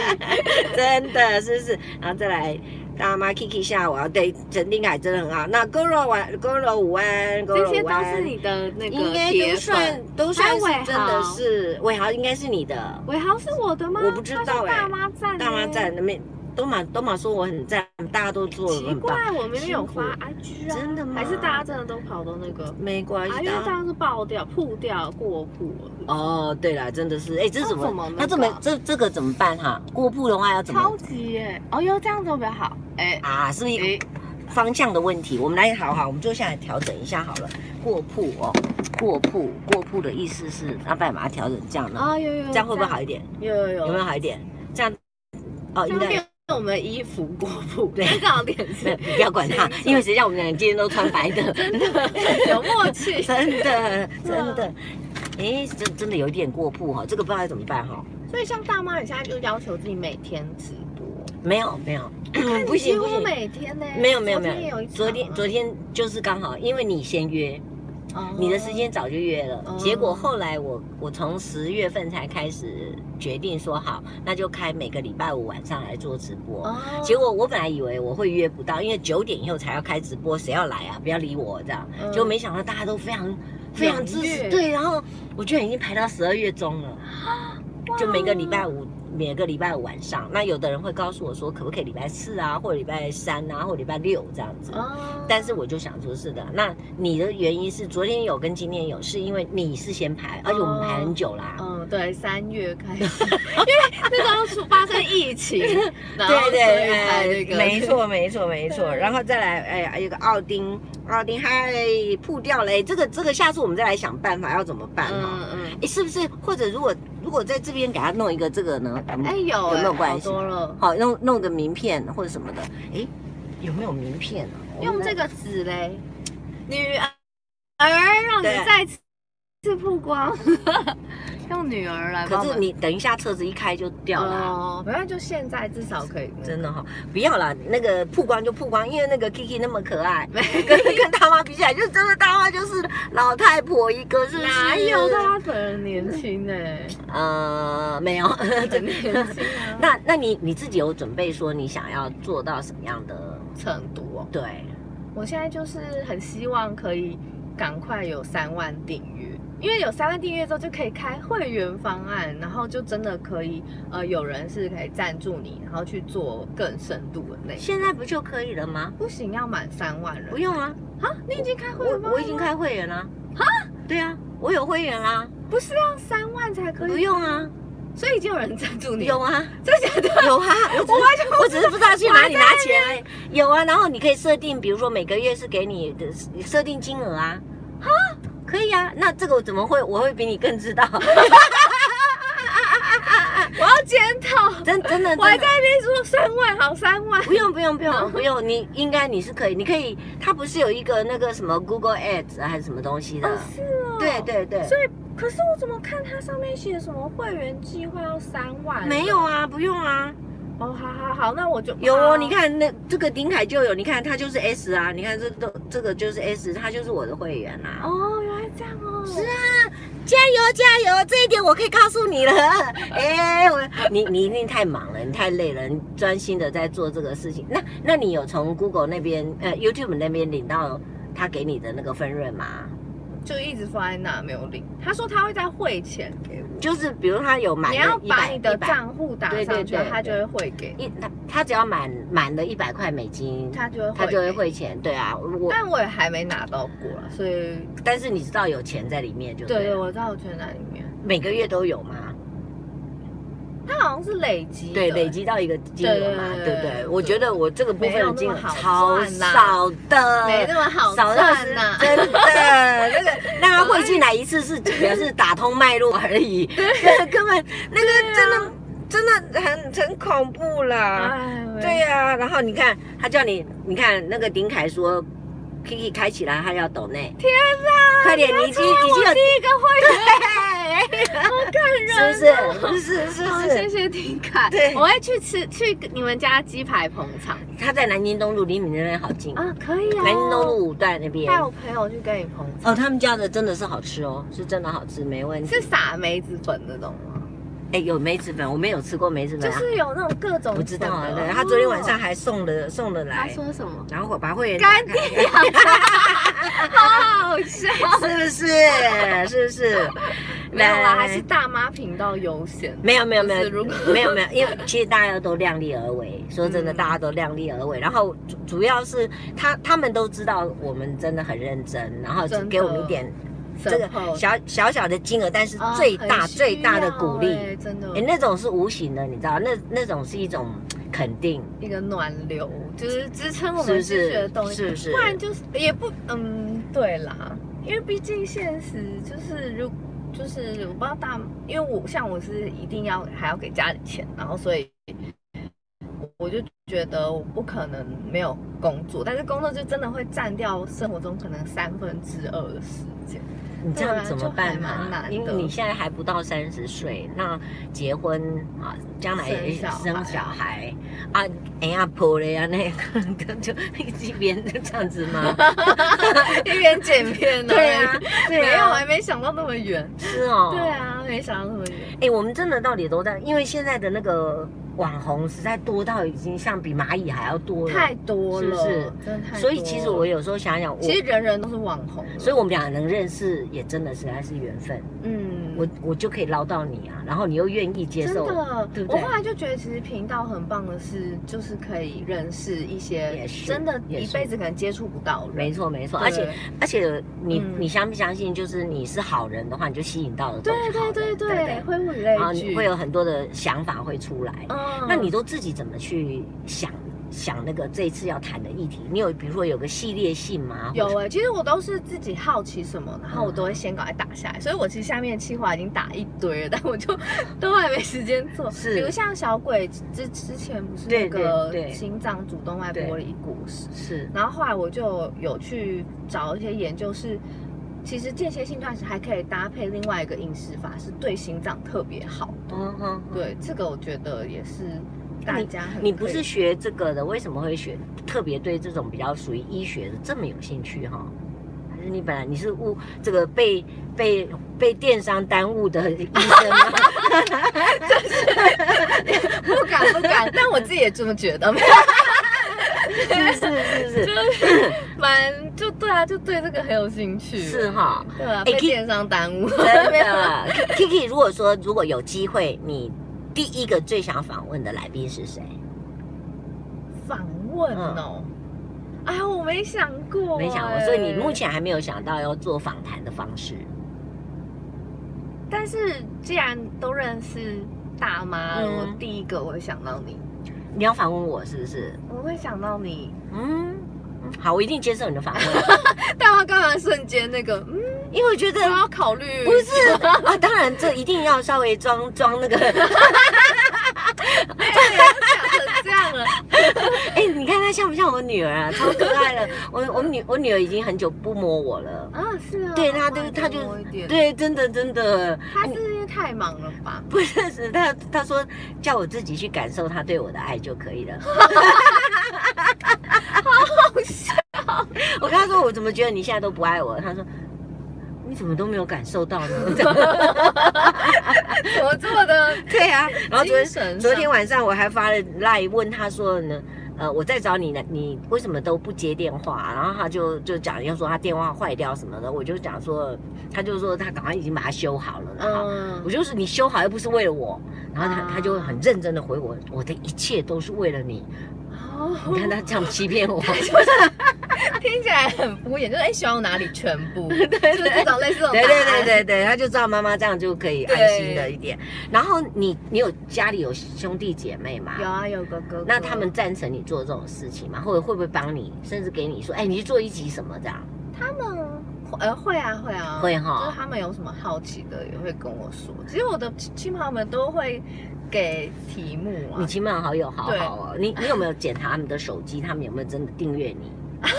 A: 真的是不是？然后再来大妈 Kiki 下午啊，对，陈定凯真的很好。那 Goro 晚 Goro 午安
C: 这
A: ，Goro
C: 些都
A: 午
C: 是
A: 安，
C: 你的那个
A: 应该
C: 铁
A: 都
C: 粉
A: 算都算
C: 还有
A: 是真的
C: 伟豪
A: 是伟豪，应该是你的。
C: 伟豪是我的吗？
A: 我不知道
C: 他是
A: 欸
B: 哎
C: 大妈赞欸，
A: 大妈赞，没都马都马说我很赞，大家都做得
C: 奇
A: 很棒，
C: 怪，我明明有发
A: 辛
C: IG 啊，
A: 真的吗
C: 还是大家真的都跑到那个？
A: 没关
C: 啊，因
A: 系
C: 为大
A: 的。
C: 家都爆掉、铺掉、过铺了，
A: 哦，对了，真的是，哎，这
C: 那
A: 怎
C: 怎么
A: 么
C: 那？
A: 那
C: 个
A: 这么这这个怎么办哈？过铺的话要怎么
C: 超级耶！哦哟，这样子会比较好。哎
A: 啊？是不是一
C: 哎
A: 个方向的问题？我们来好好，我们就下来调整一下好了。过铺哦，过铺过铺的意思是，那不然把它调整这样
B: 哦
A: 呢？
C: 啊有有，
A: 哦这样会不会好一点？
B: 有有
A: 有
B: 有
A: 没有好一点？这样哦，
B: 这
A: 应
B: 样
A: 该
B: 变我们衣服过铺，
A: 对
B: 这样脸
A: 对
B: 色
A: 呃 不要管它，因为谁叫我们俩今天都穿白的。
B: 有默 契。
A: 真的，真的，哎，真真的有一点过曝哦哈，这个不知道该怎么办哈。
B: 所以像大妈，你现在就要求自己每天直播，
A: 没有，没有，
B: 看
A: 嗯不
B: 你几
A: 行不
B: 乎
A: 行，
B: 每天呢、
A: 没有没有
B: 昨天
A: 没
B: 也一
A: 有，
B: 场
A: 昨天
B: 啊
A: 昨天就是刚好，因为你先约，
B: 哦
A: 你的时间早就约了
B: 哦，
A: 结果后来我我从十月份才开始决定说好，那就开每个礼拜五晚上来做直播。
B: 哦
A: 结果我本来以为我会约不到，因为九点以后才要开直播，谁要来啊？不要理我这样。
B: 嗯
A: 结果没想到大家都非常非常支
B: 踊跃
A: 持，对，然后我居然已经排到十二月中了，就每个礼拜五。每个礼拜五晚上，那有的人会告诉我说，可不可以礼拜四啊，或者礼拜三啊，或者礼拜六这样子。
B: 哦
A: 但是我就想说，是的，那你的原因是昨天有跟今天有，是因为你是先排，而且我们排很久啦。
B: 嗯，对，三月开 始，因为那时候出发生疫情，然后
A: 对
B: 所
A: 对，
B: 以才
A: 哎
B: 那个，
A: 没，错没错没错。
B: 对
A: 然后再来，哎，还有个奥丁，奥丁嗨，铺掉嘞。这个这个，下次我们再来想办法要怎么办哈、
B: 嗯嗯，
A: 诶是不是？或者如果如果在这边给他弄一个这个呢？我们
B: 哎有
A: 有没有
B: 哎
A: 关系
B: 好多了，
A: 好弄弄个名片或者什么的。哎，有没有名片啊？
B: 用这
A: 个
B: 个纸嘞，女儿让
C: 你
A: 对
C: 再次曝 光，用女儿来帮
A: 可
C: 我们。
A: 是你等一下车子一开就掉了啊、
B: 哦，没关系，就现在至少可以那个，
A: 真的哈、不要啦，那个曝光就曝光，因为那个 Kiki 那么可 爱，跟跟大妈比起来，就真的大妈就是老太婆一个，是不是？啊
B: 哪有大妈本人年轻 呢、
A: 呃，没有。
B: 很年轻啊，
A: 那那你你自己有准备说你想要做到什么样的？
B: 成都哦，
A: 对，
B: 我现在就是很希望可以赶快有三万订阅，因为有三万订阅之后就可以开会员方案，然后就真的可以呃有人是可以赞助你，然后去做更深度的内容。
A: 现在不就可以了吗？
B: 不行，要满三万人
A: 不。用啊，
B: 啊，你已经开会
A: 我
B: 员方案了
A: 我已经开会员了。啊？对啊，我有会员啦，
B: 不是要三万才可
A: 不
B: 以，
A: 用啊，
B: 所以已经有人赞助你。
A: 有啊，
B: 真的假的？
A: 有啊，我只是 我只是不知道去哪里拿钱而已。有啊，然后你可以设定，比如说每个月是给你的设定金额啊，啊，可以啊。那这个我怎么会？我会比你更知道，
B: 我要检讨，
A: 真真的。真的
B: 我还在那嗯边说三万，好三万。
A: 不用不用不用不用，你应该你是可以，你可以，它不是有一个那个什么 Google Ads 还是什么东西的？
B: 哦，是哦。
A: 对。对对，
B: 所以，可是我怎么看它上面写什么会员计划要三万？
A: 没有啊，不用啊。
B: 哦，好好好，那我就
A: 有哦，
B: 好
A: 你看那这个丁凯就有，你看他就是 S 啊，你看这都这个就是 S，他就是我的会员啊。
B: 哦，原来这样哦，是啊，
A: 加油加油，这一点我可以告诉 你了。哎、我你你一定太忙了，你太累了，你专心的在做这个事情。那那你有从 Google 那边呃 YouTube 那边领到他给你的那个分润吗？
B: 就一直放在那没有领。他说他会在汇钱给我，
A: 就是比如他有满
B: 你要
A: 了一
B: 把
A: 百
B: 你
A: 一
B: 的
A: 百
B: 账户打
A: 对对
B: 上去
A: 对，
B: 他就
A: 对
B: 会汇给你，
A: 一他他只要满满了一百块美金，
B: 他就会
A: 他就会
B: 给你。
A: 汇钱。对啊，我
B: 但我也还没拿到过啦，所以
A: 但是你知道有钱在里面就
B: 对
A: 对
B: 对，
A: 了，
B: 我知道我存在里面，
A: 每个月都有吗？
B: 它好像是累积的，
A: 对，累积到一个金额嘛，
B: 对对
A: 对不
B: 对
A: 对？我觉得我这个部分的金额
B: 没有那么好
A: 超
B: 赚啦
A: 少的，
B: 没那么好
A: 少到是
B: 赚啊呐。
A: 真的，那个那他汇进来一次是也是打通脉络而已， 根本那个真
B: 啊
A: 的真的很很恐怖啦。
B: 哎，喂
A: 对，呀、然后你看他叫你，你看那个丁凯说，Kiki 开起来他要抖内，
B: 天哪！
A: 快点，你已经已经有
B: 我第一个会员， 哦
A: 是不是？是是
B: 好
A: 是
B: 谢
A: 是，
B: 谢婷凯，
A: 对
B: 我会去吃去你们家鸡排捧场
A: 他在南京东路离你那边好近，
B: 啊，可以啊，
A: 南京东路五段那边
B: 带。我朋友去跟你捧场，
A: 哦，他们家的真的是好吃哦，是真的好吃，没问题。
B: 是撒梅子粉那种吗？
A: 哎，有梅子粉，我没有吃过梅子粉
B: 就
A: 啊，
B: 是有那种各种
A: 不知道啊。
B: 粉
A: 对，
B: 的哦
A: 他昨天晚上还送了送了
C: 他
A: 来，
C: 说什么？
A: 然后我把会员
C: 干
A: 打开
C: 爹啊，好好笑。
A: 是不是？是不是？
B: 没有
A: 来
B: 啦，还是大妈频道优先。
A: 没有没有
B: 就
A: 没
B: 是
A: 有
B: 如果
A: 没有没有，因为其实大家都量力而为。说真的，
B: 嗯
A: 大家都量力而为。然后主主要是他他们都知道我们真的很认真，然后
B: 真的
A: 给我们一点这个
B: support
A: 小小小的金额，但是
B: 啊
A: 最大
B: 很需
A: 最大的鼓励
B: 要。欸真的
A: 哎，，那种是无形的，你知道？那那种是一种肯定，
B: 一个暖流就是支撑我
A: 是不
B: 们继续
A: 是
B: 的动？力。
A: 是不是
B: 不？然就是也不嗯，对啦，因为毕竟现实就是如就是我不知道大，因为我像我是一定要还要给家里钱，然后所以我就觉得我不可能没有工作，但是工作就真的会占掉生活中可能三分之二的时 间。
A: 你这
B: 对
A: 样
B: 啊
A: 怎么
B: 就
A: 办
B: 还蛮
A: 嘛、
B: 难
A: 因为
B: 的
A: 你现在还不到三十岁，那结婚啊，将来也
B: 生小孩
A: 生小孩啊，哎呀婆了呀，那个就 一边就这样子 吗？
B: 一边剪片呢、
A: 对啊，对
B: 没有，
A: 啊，
B: 还没想到那么远。
A: 是哦，
B: 对。啊，没想到那么远。
A: 哎、我们真的到底都在，因为现在的那个网红实在多到已经像比蚂蚁还要多了，
B: 太多
A: 是不
B: 了，
A: 是
B: 真的太多了
A: 所以其实我有时候想想，我
B: 其实人人都是网红了，
A: 所以我们俩能认识也真的实在是缘分，
B: 嗯，
A: 我我就可以捞到你啊，然后你又愿意接
B: 真
A: 受，
B: 的，
A: 对不
B: 我
A: 对
B: 后来就觉得其实频道很棒的是，就是可以认识一
A: 也
B: 些
A: 是
B: 真的，
A: 也
B: 一
A: 是
B: 辈子可能接触不到的人，
A: 没错没错，
B: 对
A: 而且而且你、
B: 嗯
A: 你相不相信，就是你是好人的话，你就吸引到了
B: 对
A: 都是好
B: 对
A: 人
B: 对
A: 对不
B: 对，会物以类
A: 然后
B: 聚，
A: 你会有很多的想法会出来。
B: 嗯
A: 那你都自己怎么去想想那个这一次要谈的议题？你有比如说有个系列性吗？
B: 有
A: 或者
B: 哎、其实我都是自己好奇什么，然后我
A: 嗯
B: 都会先赶快打下来，所以我其实下面的计划已经打一堆了，但我 就都还没时间做。
A: 是
B: 比如像小鬼之之前不是
A: 对
B: 那
A: 对
B: 个
A: 对
B: 心脏主动脉
A: 对
B: 剥离过世，
A: 是
B: 然后后来我就有去找一些研究是，其实间歇性断食还可以搭配另外一个饮食法，是对心脏特别好。
A: 嗯哼，
B: 对，这个我觉得也是大家很
A: 你不
B: 可以
A: 是 学这个的，为什么会学特别对这种比较属于医学的这么有兴趣哈？还是你本来你是误这个被被被电商耽误的医生吗？
B: 不敢不敢，但我自己也这么觉得， 没有
A: 是是是是。
B: 蛮就对啊，就对这个很有兴趣。
A: 是哈，
B: 对啊，
A: 哎
B: 被
A: 可以
B: 电商耽误。
A: 真的。Kiki，如果说如果有机会，你第一个最想访问的来宾是谁？
B: 访问哦，哎呀，我没想过，哎
A: 没想过，所以你目，前还没有想到要做访谈的方式。
B: 但是既然都认识大妈了，
A: 嗯
B: 我第一个我会想到你，
A: 你要访问我是不是？
B: 我会想到你。
A: 嗯，好，我一定接受你的访问，
B: 大妈刚刚瞬间那个，嗯，
A: 因为我觉得
B: 我要考虑，
A: 不是啊，当然这一定要稍微装装那个。
B: 哎，讲成这样了，
A: 哎、你看她像不像我女儿啊？超可爱的。我我女我女儿已经很久不摸我了。
B: 啊，是啊，
A: 对她
B: 我也
A: 就她就
B: 多一点，
A: 对，真的真的。
B: 她是因为太忙了吧？
A: 不认识他，他说叫我自己去感受他对我的爱就可以了。好好笑！我跟他说我怎么觉得你现在都不爱我？他说你怎么都没有感受到 呢？
B: 怎么这么的
A: 对啊，然后昨
B: 精神
A: 天
B: 上
A: 昨天晚上我还发了赖问他说呢。呃，我在找你呢，你为什么都不接电话？然后他就就讲，要说他电话坏掉什么的，我就讲说，他就说他赶快已经把它修好了，然后
B: 嗯
A: 我，就是你修好又不是为了我，然后他、
B: 啊
A: 他就很认真的回我，我的一切都是为了你。你看
B: 哦，
A: 他这样欺 骗我，
B: 听起来很敷衍，就是哎，喜欢我哪里全 部，就是这种类似这种
A: 对对
B: 答
A: 对
B: 案
A: 对对，他就知道妈妈这样就可以
B: 对
A: 安心的一点。然后你你有家里有兄弟姐妹吗？
B: 有啊，有个哥哥，
A: 那他们赞成你做这种事情吗？或者会不会帮你，甚至给你说，哎，你去做一集什么这样？
B: 他们会呃会啊会啊
A: 会哈
B: 就是他们有什么好奇的也会跟我说，其实我的亲朋们都会给题目啊
A: 你，亲朋好友好好哦，你你有没有检查他们的手机？他们有没有真的订阅 你？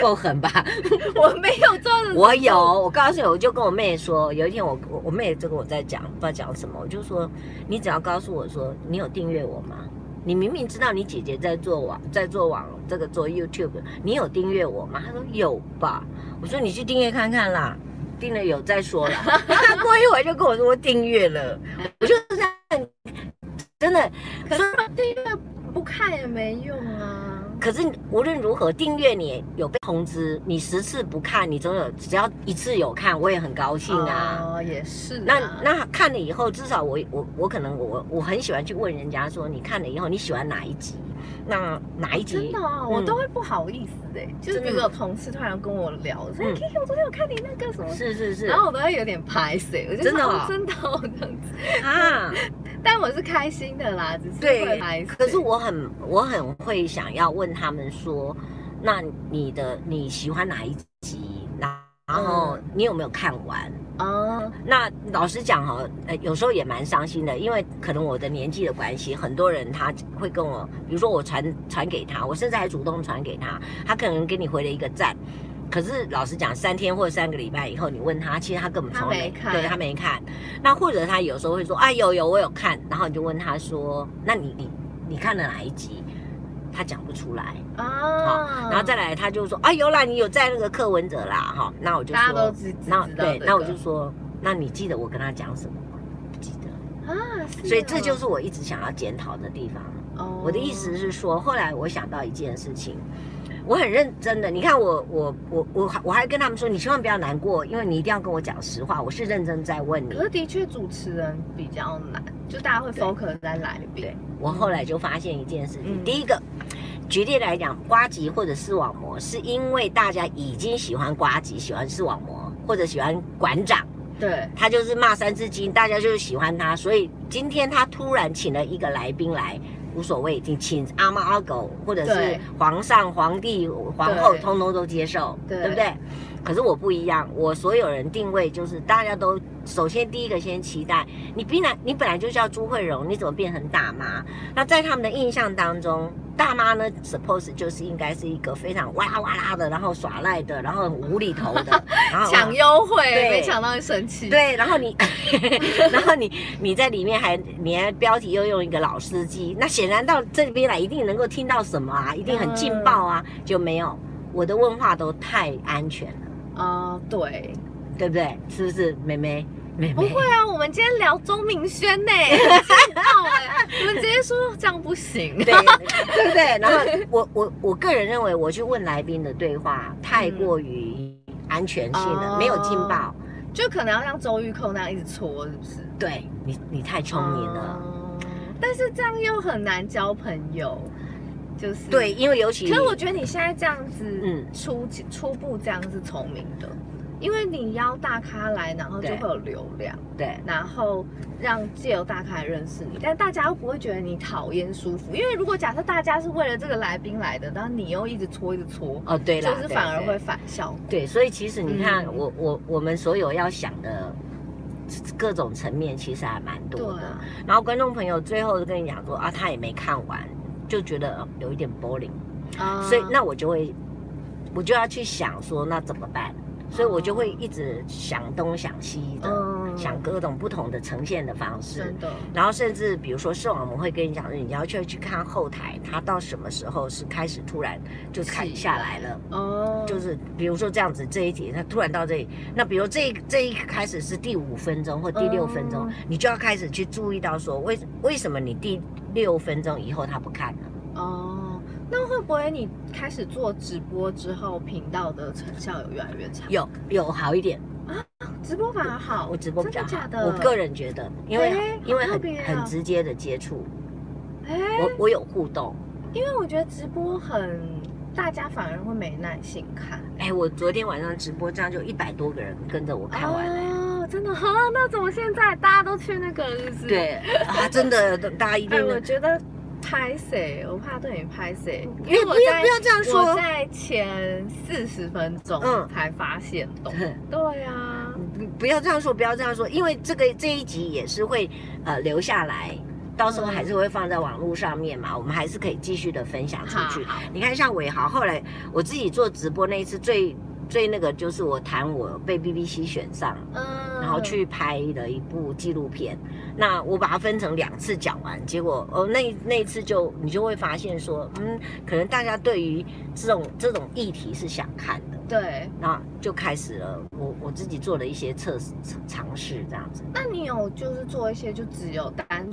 A: 够狠吧？
B: 我没有做 的，
A: 我有，我告诉你，我就跟我妹说，有一天我我我妹就跟我在讲，不知道讲什么，我就说，你只要告诉我说你有订阅我吗？你明明知道你姐姐在做网，在做网这个做 YouTube，你有订阅我吗？她说有吧。我说你去订阅看看啦。订了有再说了。他过一会儿就跟我说订阅了，我就这样，真的。
B: 可是订阅不看也没用啊。
A: 可是无论如何，订阅你有被通知，你十次不看，你总有只要一次有看，我也很高兴啊。
B: 哦，也是啊。
A: 那那看了以后，至少我我我可能我我很喜欢去问人家说，你看了以后你喜欢哪一集？那哪一集？
B: 真的啊、我都会不好意思哎、就是
A: 嗯真
B: 比
A: 的
B: 如说有同事突然跟我聊，说哎
A: 嗯
B: Kiki，、我昨天有看你那个什么。
A: 是是是
B: 然后我都会有点排斥，我就
A: 真的
B: 说
A: 哦
B: 真的哦这样子，
A: 啊，
B: 但我是开心的啦，只是会排
A: 对。
B: 斥。
A: 可是我很我很会想要问他们说，那你的你喜欢哪一集？然然后
B: 嗯
A: 你有没有看完？
B: 啊，
A: 那老实讲哈、哦，呃，有时候也蛮伤心的，因为可能我的年纪的关系，很多人他会跟我，比如说我传传给他，我甚至还主动传给他，他可能给你回了一个赞，可是老实讲，三天或三个礼拜以后，你问他，其实他根本从来
B: 他没看
A: 对他没看。那或者他有时候会说，哎，有有我有看，然后你就问他说，那你你你看了哪一集？他讲不出来，
B: 啊，
A: 然后再来他就说，啊，有啦，你有在那个柯文哲啦，哈、那我就
B: 大家
A: 说。
B: 都只只知道
A: 那对
B: 这，个
A: 那我就说，那你记得我跟他讲什么吗？不记得，
B: 啊，是
A: 所以这
B: 哦
A: 就是我一直想要检讨的地方。
B: 哦
A: 我的意思是说，后来我想到一件事情，我很认真的。你看我，我，我，我还，我还跟他们说，你千万不要难过，因为你一定要跟我讲实话，我是认真在问你
B: 可。是的确主持人比较难，就大家会
A: 对
B: focus 在来宾。
A: 我后来就发现一件事情，
B: 嗯
A: 第一个。举例来讲，瓜吉或者视网膜，是因为大家已经喜欢瓜吉、喜欢视网膜，或者喜欢馆长，
B: 对，
A: 他就是骂三字经，大家就是喜欢他，所以今天他突然请了一个来宾来，无所谓，请请阿猫阿狗或者是
B: 对
A: 皇上、皇帝、皇后，
B: 对
A: 通通都接受，
B: 对
A: 不对？可是我不一样，我所有人定位就是大家都首先第一个先期待你，本来你本来就叫朱慧荣，你怎么变成大妈？那在他们的印象当中，大妈呢，suppose 就是应该是一个非常哇啦哇啦的，然后耍赖的，然后很无厘头 的，然后
B: 抢优惠
A: 啊对
B: 没抢到会生气。，
A: 对，然后你， 然后你你在里面还你还标题又用一个老司机，那显然到这边来一定能够听到什么啊，一定很劲
B: 嗯
A: 爆啊，就没有我的问话都太安全了，
B: 啊、对，
A: 对不对？是不是，妹妹？妹
B: 不
A: 妹，
B: 会啊，我们今天聊钟明轩 呢、很劲爆哎、你们直接说这样不行。
A: 对对不对？然后我我我个人认为，我去问来宾的对话太过于安全性了，
B: 嗯哦
A: 没有劲爆。
B: 就可能要像周玉蔻那样一直戳，是不是？
A: 对你，你太聪明了。
B: 哦但是这样又很难交朋友，就是
A: 对，。因为尤其
B: 可是我觉得你现在这样子，嗯
A: 嗯，
B: 初期初步这样是聪明的，因为你邀大咖来，然后就
A: 对
B: 会有流量，
A: 对
B: 然后让借由大咖来认识你，但大家又不会觉得你讨厌舒服，因为如果假设大家是为了这个来宾来的，然后你又一直戳一直戳，
A: 哦对了，
B: 就是
A: 对
B: 反而
A: 对
B: 会反效果。
A: 对，所以其实你看，
B: 嗯
A: 我我我们所有要想的各种层面，其实还蛮多的。
B: 啊，
A: 然后观众朋友最后跟你讲说啊，他也没看完，就觉得呃有一点 boring，、
B: 啊
A: 所以那我就会我就要去想说那怎么办，所以我就会一直想东想西的，
B: 嗯
A: 想各种不同的呈现的方式。
B: 真的
A: 然后甚至比如说视网膜会跟你讲说，你要去去看后台，它到什么时候是开始突然就砍
B: 起
A: 下来了。
B: 哦，
A: 就是比如说这样子这一题，它突然到这里，那比如这一这一开始是第五分钟或第六分钟，
B: 嗯
A: 你就要开始去注意到说为为什么你第六分钟以后他不看了？
B: 哦，那会不会你开始做直播之后，频道的成效有越来越差？
A: 有有好一点，
B: 直播反而好，
A: 我直播比较好，
B: 真的假的？
A: 我个，人觉得，因为、
B: 哎
A: 因为
B: 好特
A: 很、
B: 别啊
A: 很直接的接触，
B: 哎、
A: 我我有互动。
B: 因为我觉得直播很，大家反而会没耐心看。
A: 哎，我昨天晚上直播，这样就一百多个人跟着我看完了。
B: 哦，真的哈、那怎么现在大家都去那个日子？，
A: 对啊，真的， 大家一定
B: 哎，我觉得拍谁，我怕对你拍谁，因
A: 因为
B: 为
A: 不
B: 我
A: 要
B: 在
A: 不要这样
B: 我
A: 说。
B: 在前四十分钟
A: 嗯
B: 才发现懂。对啊，
A: 不不要这样说，不要这样说，因为这个这一集也是会呃留下来，到时候还是会放在网络上面嘛，我们还是可以继续的分享出
B: 好
A: 去。
B: 嗯好
A: 你看，像伟豪后来我自己做直播那一次最最那个就是我谈我被 BBC 选上，
B: 嗯，
A: 然后去拍了一部纪录片。那我把它分成两次讲完，结果哦，那那一次就你就会发现说，嗯，可能大家对于这种这种议题是想看的，
B: 对，
A: 那就开始了我我自己做了一些测试尝试这样子。
B: 那你有就是做一些就只有单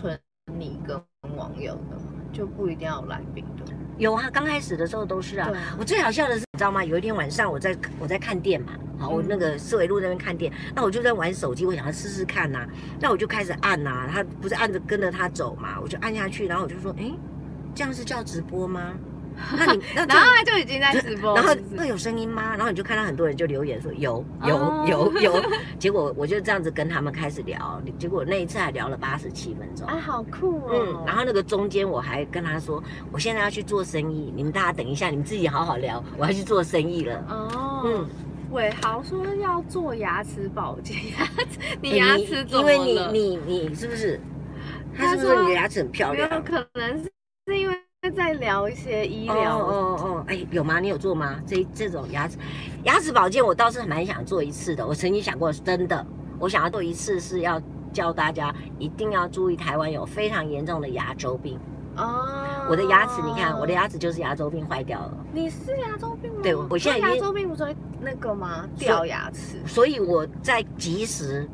B: 纯你跟网友的吗？就不一定要有来宾的。
A: 有啊，刚开始的时候都是啊
B: 对啊。
A: 我最好笑的是，你知道吗？有一天晚上我在我在看店嘛，好，我
B: 嗯
A: 那个四维路那边看店，那我就在玩手机，我想要试试看呐、那我就开始按呐、他不是按着跟着他走嘛，我就按下去，然后我就说，诶，这样是叫直播吗？那你那这
C: 然
A: 样
C: 后他就已经在直播，
A: 然后
C: 是不是
A: 会有声音吗？然后你就看到很多人就留言说有有
C: 哦
A: 有有，结果我就这样子跟他们开始聊，结果那一次还聊了八十七分钟。
B: 啊，好酷哦！
A: 嗯，然后那个中间我还跟他说，我现在要去做生意，你们大家等一下，你们自己好好聊，我要去做生意了。
B: 哦，
A: 嗯，
C: 伟豪说要做牙齿保 健，牙齿你
A: 诶
C: 牙齿怎
A: 因
C: 么
A: 为
C: 了？
A: 你你你是不是？他
C: 他
A: 是不是说
C: 说
A: 你的牙齿很漂
C: 没
A: 亮？
C: 有可能是是因为在聊一些医疗，
A: 哦哦哦，哎，有吗？你有做吗？这这种牙齿牙齿保健，我倒是蛮想做一次的。我曾经想过，真的，我想要做一次是要教大家一定要注意，台湾有非常严重的牙周病。
B: 哦，
A: 我的牙齿，你看，我的，牙齿就是牙周病坏掉了，
B: 你是牙周病吗？
A: 对我我现在已
B: 那牙
A: 经
B: 周病不是会那个吗？掉牙齿，
A: 所以我在及时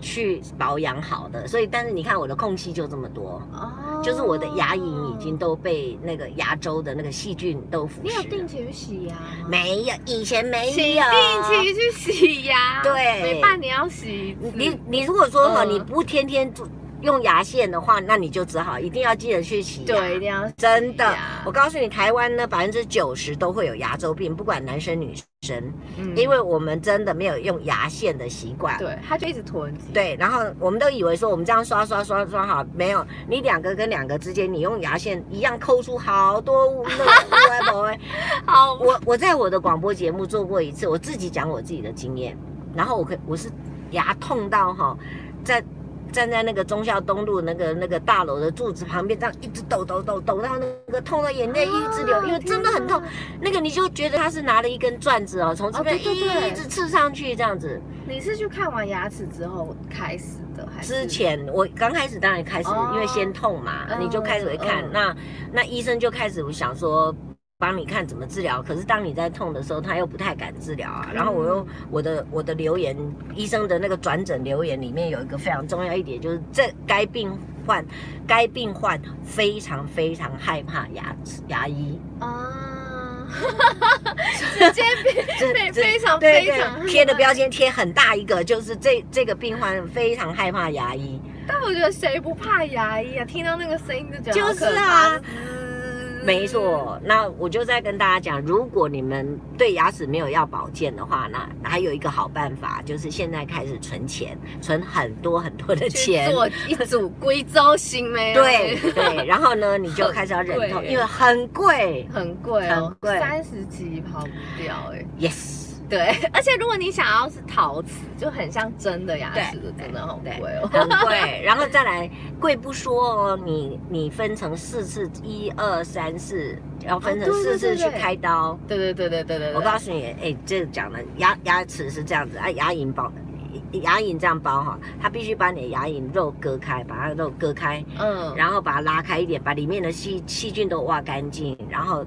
A: 去保养好的。所以，但是你看我的空隙就这么多。
B: 哦，
A: 就是我的牙龈已经。都被那个牙周的那个细菌都腐
B: 你有
A: 蚀
B: 定
A: 了，
B: 期去洗牙吗？
A: 没有，以前没有，
C: 请定期去洗牙，
A: 对
C: 每半年要洗一次。
A: 你你如果说哈，
B: 嗯
A: 你不天天做用牙线的话，那你就只好一定要记得去洗牙。
B: 对，一定要
A: 真的
B: 呀，
A: 我告诉你，台湾呢百分之九十都会有牙周病，不管男生女生，
B: 嗯
A: 因为我们真的没有用牙线的习惯。
B: 对，它就一直囤积。
A: 对，然后我们都以为说我们这样刷刷刷刷好，没有，你两个跟两个之间，你用牙线一样抠出好 多那个微博。
C: 好，
A: 我我在我的广播节目做过一次，我自己讲我自己的经验，然后我可我是牙痛到哈，在站在那个忠孝东路那个那个大楼的柱子旁边，这样一直抖抖抖抖到那个痛到眼泪一直流，
B: 啊
A: 因为真的很痛
C: 天。
A: 那个你就觉得他是拿了一根钻子哦，从这边
B: 哦对对对
A: 一直刺上去这样子。
B: 你是去看完牙齿之后开始的，还是
A: 之前我刚开始当然开始，
B: 哦
A: 因为先痛嘛，
B: 嗯
A: 你就开始会看。
B: 嗯
A: 那那医生就开始想说。帮你看怎么治疗，可是当你在痛的时候，他又不太敢治疗
C: 嗯
A: 啊。然后我又我的我的留言，医生的那个转诊留言里面有一个非常重要一点，就是这该病患该病患非常非常害怕牙齿牙医，
B: 啊？
C: 直接变
A: 这
C: 非
A: 这
C: 非常
A: 对
C: 非
A: 对
C: 常
A: 贴的标签贴很大一个，就是这这个病患非常害怕牙医。
C: 但我觉得谁不怕牙医啊？听到那个声音就觉得
A: 就
C: 好
A: 是
C: 可怕
A: 啊，
C: 滋
A: 没。错，那我就在跟大家讲，如果你们对牙齿没有要保健的话，那还有一个好办法，就是现在开始存钱，存很多很多
C: 去
A: 的钱。
C: 做一组贵州行没？
A: 对，对，然后呢，你就开始要忍
B: 很
A: 痛，
B: 贵
A: 因为很贵。
B: 很贵哦
A: 很，贵
B: 三十几跑不掉哎。
A: Yes，
C: 对，而且如果你想要是陶瓷，就很像真的牙齿的，
A: 对
C: 真的好
A: 对
C: 贵哦。
A: 很贵。然后再来，贵不说哦，你你分成四次，一二三四，要分成
B: 哦对对
A: 四次
B: 对
A: 去
B: 对
A: 开刀。
B: 对对对对对对，对
A: 我告诉你，哎、这讲的牙牙齿是这样子，啊，牙龈包，牙龈这样包哈，它必须把你的牙龈肉割开，把它肉割开，
B: 嗯，
A: 然后把它拉开一点，把里面的细细菌都挖干净，然后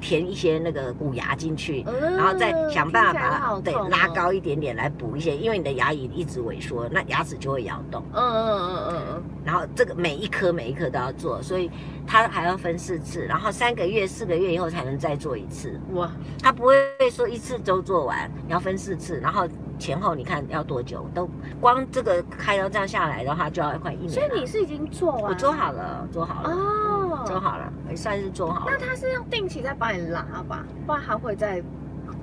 A: 填一些那个骨牙进去。
B: 嗯
A: 然后再想办法把它、
B: 听
A: 对
B: 起来好痛哦
A: 拉高一点点来补一些，因为你的牙龈一直萎缩，那牙齿就会摇动。
B: 嗯嗯嗯嗯
A: 然后这个每一颗每一颗都要做，所以它还要分四次，然后三个月、四个月以后才能再做一次。
B: 嗯，哇，
A: 他不会说一次都做完，你要分四次，然后前后你看要多久，都光这个开刀这样下来的话，就要快一年了。
B: 所以你是已经做完了，
A: 我做好了，做好了，
B: 哦，
A: 做。好了，也算是做好
B: 那
A: 了。
B: 它是要定期再帮你拉吧，不然它会再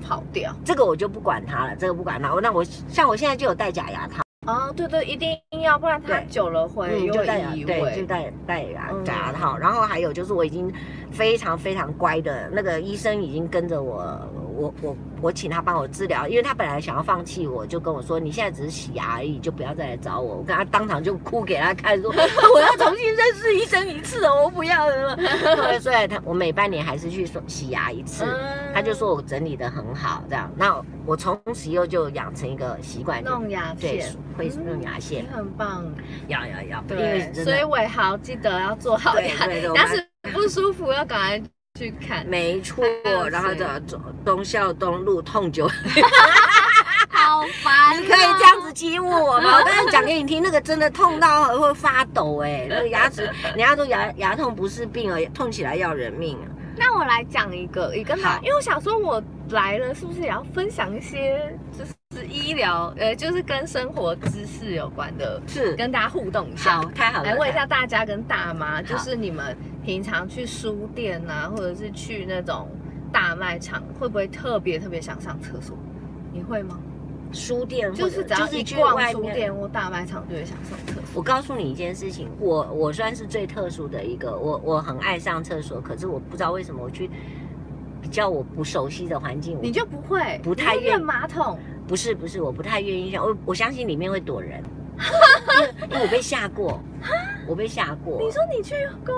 B: 跑掉。
A: 这个我就不管它了，这个不管它。那我像我现在就有戴假牙套，
B: 哦，对对，一定要，不然它
A: 对
B: 久了会
A: 嗯，
B: 又
A: 就戴牙，
B: 移
A: 对，就
B: 位。
A: 戴戴牙
B: 嗯
A: 假牙套。然后还有就是我已经非常非常乖的，那个医生已经跟着我。我我我请他帮我治疗，因为他本来想要放弃我，就跟我说你现在只是洗牙而已，就不要再来找我。我跟他当场就哭给他看， 说我要重新认识医生一次哦，我不要了。 对，所以他我每半年还是去说洗牙一次，
B: 嗯
A: 他就说我整理的很好，这样。那我从此以后就养成一个习惯，就
B: 弄牙
A: 对
B: 线，
A: 会弄牙线
B: 你，很棒。
A: 要要要，因为
B: 对，
A: 真的
B: 所以伟豪记得要做好
A: 对
B: 牙
A: 对对，我
B: 牙
A: 们
B: 齿不舒服要赶快
D: 去 看，
A: 没错
D: 还
B: 嗯
D: 有，谁
A: 然后的中忠孝东路痛九，
B: 好烦、
A: 你可以这样子。欺负我吗？我刚才讲给你听，那个真的痛到会发抖 哎、那个牙齿，人家说牙牙痛不是病而痛起来要人命啊。
B: 那我来讲一个，一个嘛
A: 好，
B: 因为我想说，我来了是不是也要分享一些就是医疗，呃，就是跟生活知识有关的，
A: 是，
B: 跟大家互动一下
A: 好。，太好了。
B: 来问一下大家跟大妈，就
A: 好
B: 是你们平常去书店啊，或者是去那种大卖场，会不会特别特别想上厕所？你会吗？
A: 书店或者，
B: 就是只要一
A: 去
B: 逛
A: 外
B: 书
A: 面
B: 店或大卖场，就会想上厕所。
A: 我告诉你一件事情，我我算是最特殊的一个，我我很爱上厕所，可是我不知道为什么我去比较我不熟悉的环境，我
B: 你就不会，
A: 不太
B: 你就
A: 愿
B: 变马桶，
A: 不是不是，我不太愿意上，我我相信里面会躲 人，因为因为我被吓过，我被吓过。
B: 你说你去公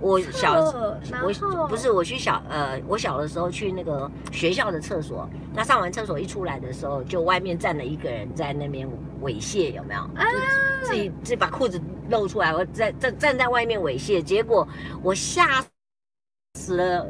A: 我小
B: 厕，然后
A: 我不是我去小呃，我小的时候去那个学校的厕所，那上完厕所一出来的时候，就外面站了一个人在那边猥亵，有没有？
B: 哎
A: 就自己自己把裤子露出来，我在站站在外面猥亵，结果我吓死了，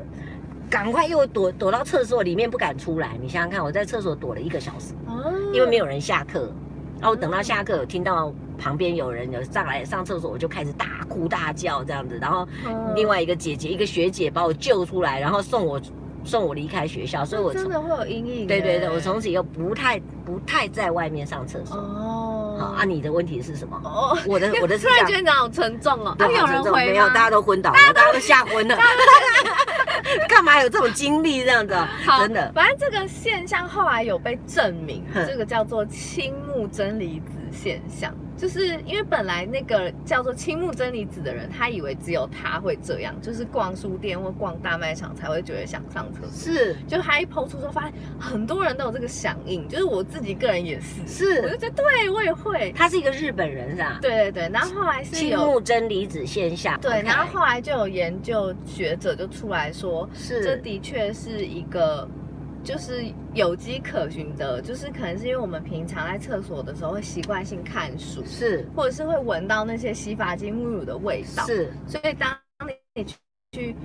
A: 赶快又躲躲到厕所里面不敢出来。你想想看，我在厕所躲了一个小时。
B: 啊
A: 因为没
B: 有
A: 有人下课，然后我等到下课，有听到旁边有人有上来上厕所，我就开始大哭大叫这样子，然后
B: 嗯
A: 另外一个姐姐一个学姐把我救出来，然后送我送我离开学校，所以我
B: 真
A: 从
B: 的会有阴影耶。
A: 对对对，我从此以后不太不太在外面上厕所。
B: 哦
A: 好啊，你的问题是什么？
B: 哦，
A: 我 的我的是这
B: 突然
A: 样
B: 觉得你好沉重哦。啊，
A: 对
B: 有
A: 好
B: 人
A: 沉重
B: 回
A: 没有？
B: 吗
A: 大家都昏倒了，大家都吓昏了。 干嘛有这种经历这样子啊？
B: 好
A: 真的
B: 反正这个现象后来有被证明，
A: 哼
B: 这个叫做青木真离子现象，就是因为本来那个叫做青木真离子的人，他以为只有他会这样，就是逛书店或逛大卖场才会觉得想上厕所。
A: 是
B: 就他一抛出之后，发现很多人都有这个响应，就是我自己个人也是，
A: 是，
B: 我就觉得对我也会，
A: 他是一个日本人是吧？
B: 对对对。然后后来是
A: 青
B: 有
A: 木真离子现象。
B: 对，
A: OK
B: 然后后来就有研究学者就出来说，这
A: 是
B: 的确是一个就是有迹可循的，就是可能是因为我们平常在厕所的时候会习惯性看书，
A: 是
B: 或者是会闻到那些洗发精、沐浴乳的味道，
A: 是
B: 所以当你去去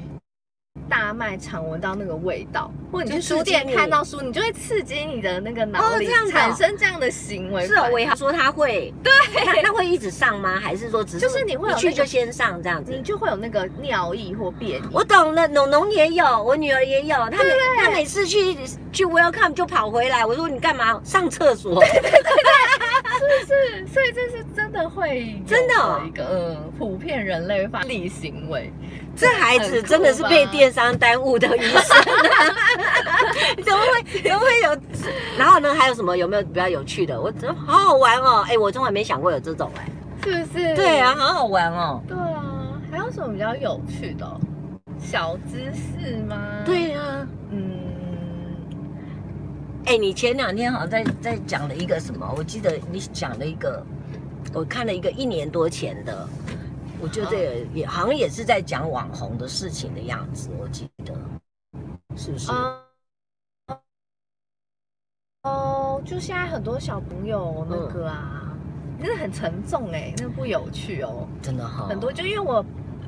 B: 大卖场闻到那个味道，或者你去
A: 就刺
B: 书店
A: 激你
B: 看到书，你就会刺激你的那个
A: 哦
B: 脑里、
A: 这样子哦
B: 产生这样的行为
A: 是哦
B: 反，应
A: 伟豪说他会，对，那会一直上吗？还是说只是
B: 就是你会有
A: 一去
B: 那个
A: 就先上这样子
B: 你？就会有那个尿意或便意。
A: 我懂了，农农也有，我女儿也有，她每她每次去去 welcome 就跑回来，我说你干嘛上厕所？
B: 是，所以这是真的会有
A: 真的哦
B: 的一个嗯，普遍人类发力行为。
A: 这孩子真的是被电商耽误的一生、啊 怎么会怎么会有？然后呢，还有什么有没有比较有趣的？我真好好玩哦，哎、我从来没想过有这种哎、
B: 是不是？
A: 对啊，，好好玩哦。
B: 对啊，还有什么比较有趣的哦、小知识吗？，
A: 对啊，
B: 嗯，
A: 哎、你前两天好像在在讲了一个什么？我记得你讲了一个，我看了一个一年多前的，我觉得也也好像也是在讲网红的事情的样子，我记得是不是？
B: 哦、哦，就现在很多小朋友那
A: 嗯
B: 个啊，真的很沉重哎、那不有趣哦。
A: 真的哈、
B: 很多，就因为我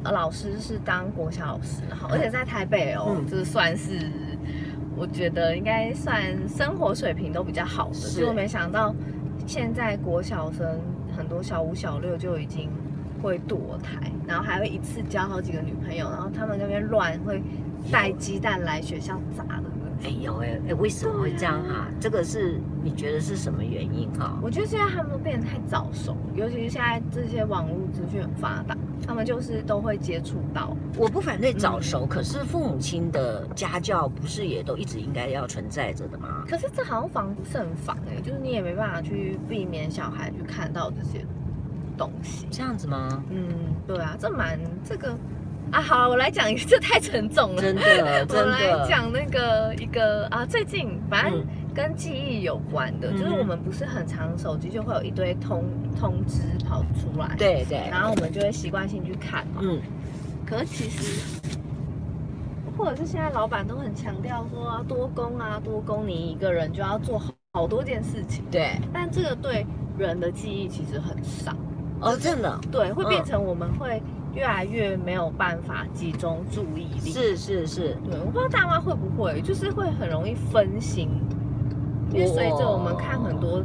B: 呃老师是当国小老师，好，而且在台北哦，
A: 嗯
B: 就是算是我觉得应该算生活水平都比较好的，
A: 是
B: 就没想到现在国小生很多小五小六就已经会堕胎，然后还会一次交好几个女朋友，然后他们那边乱会带鸡蛋来学校砸的那种。
A: 哎有哎、哎、为什么会这样啊？这个是你觉得是什么原因啊？
B: 我觉得现在他们都变得太早熟，尤其是现在这些网络资讯很发达，他们就是都会接触到。
A: 我不反对早熟，可是父母亲的家教不是也都一直应该要存在着的吗？
B: 可是这好像防不胜防哎、就是你也没办法去避免小孩去看到这些东西。
A: 这样子吗？
B: 嗯，对啊，这蛮这个啊，好了，我来讲一个，这太沉重了。
A: 真的，真
B: 我来
A: 的，
B: 讲那个一个啊，最近反正
A: 嗯
B: 跟记忆有关的，
A: 嗯
B: 就是我们不是很常手机就会有一堆通通知跑出来，，
A: 对对，
B: 然后我们就会习惯性去看嘛。
A: 嗯，
B: 可是其实，或者是现在老板都很强调说啊，多工啊，多工，你一个人就要做好好多件事情，
A: 对，
B: 但这个对人的记忆其实很少，
A: 哦，真的，
B: 对，会变
A: 嗯
B: 成我们会越来越没有办法集中注意力。
A: 是是是，
B: 对，我不知道大妈会不会，就是会很容易分心，因为随着我们看很多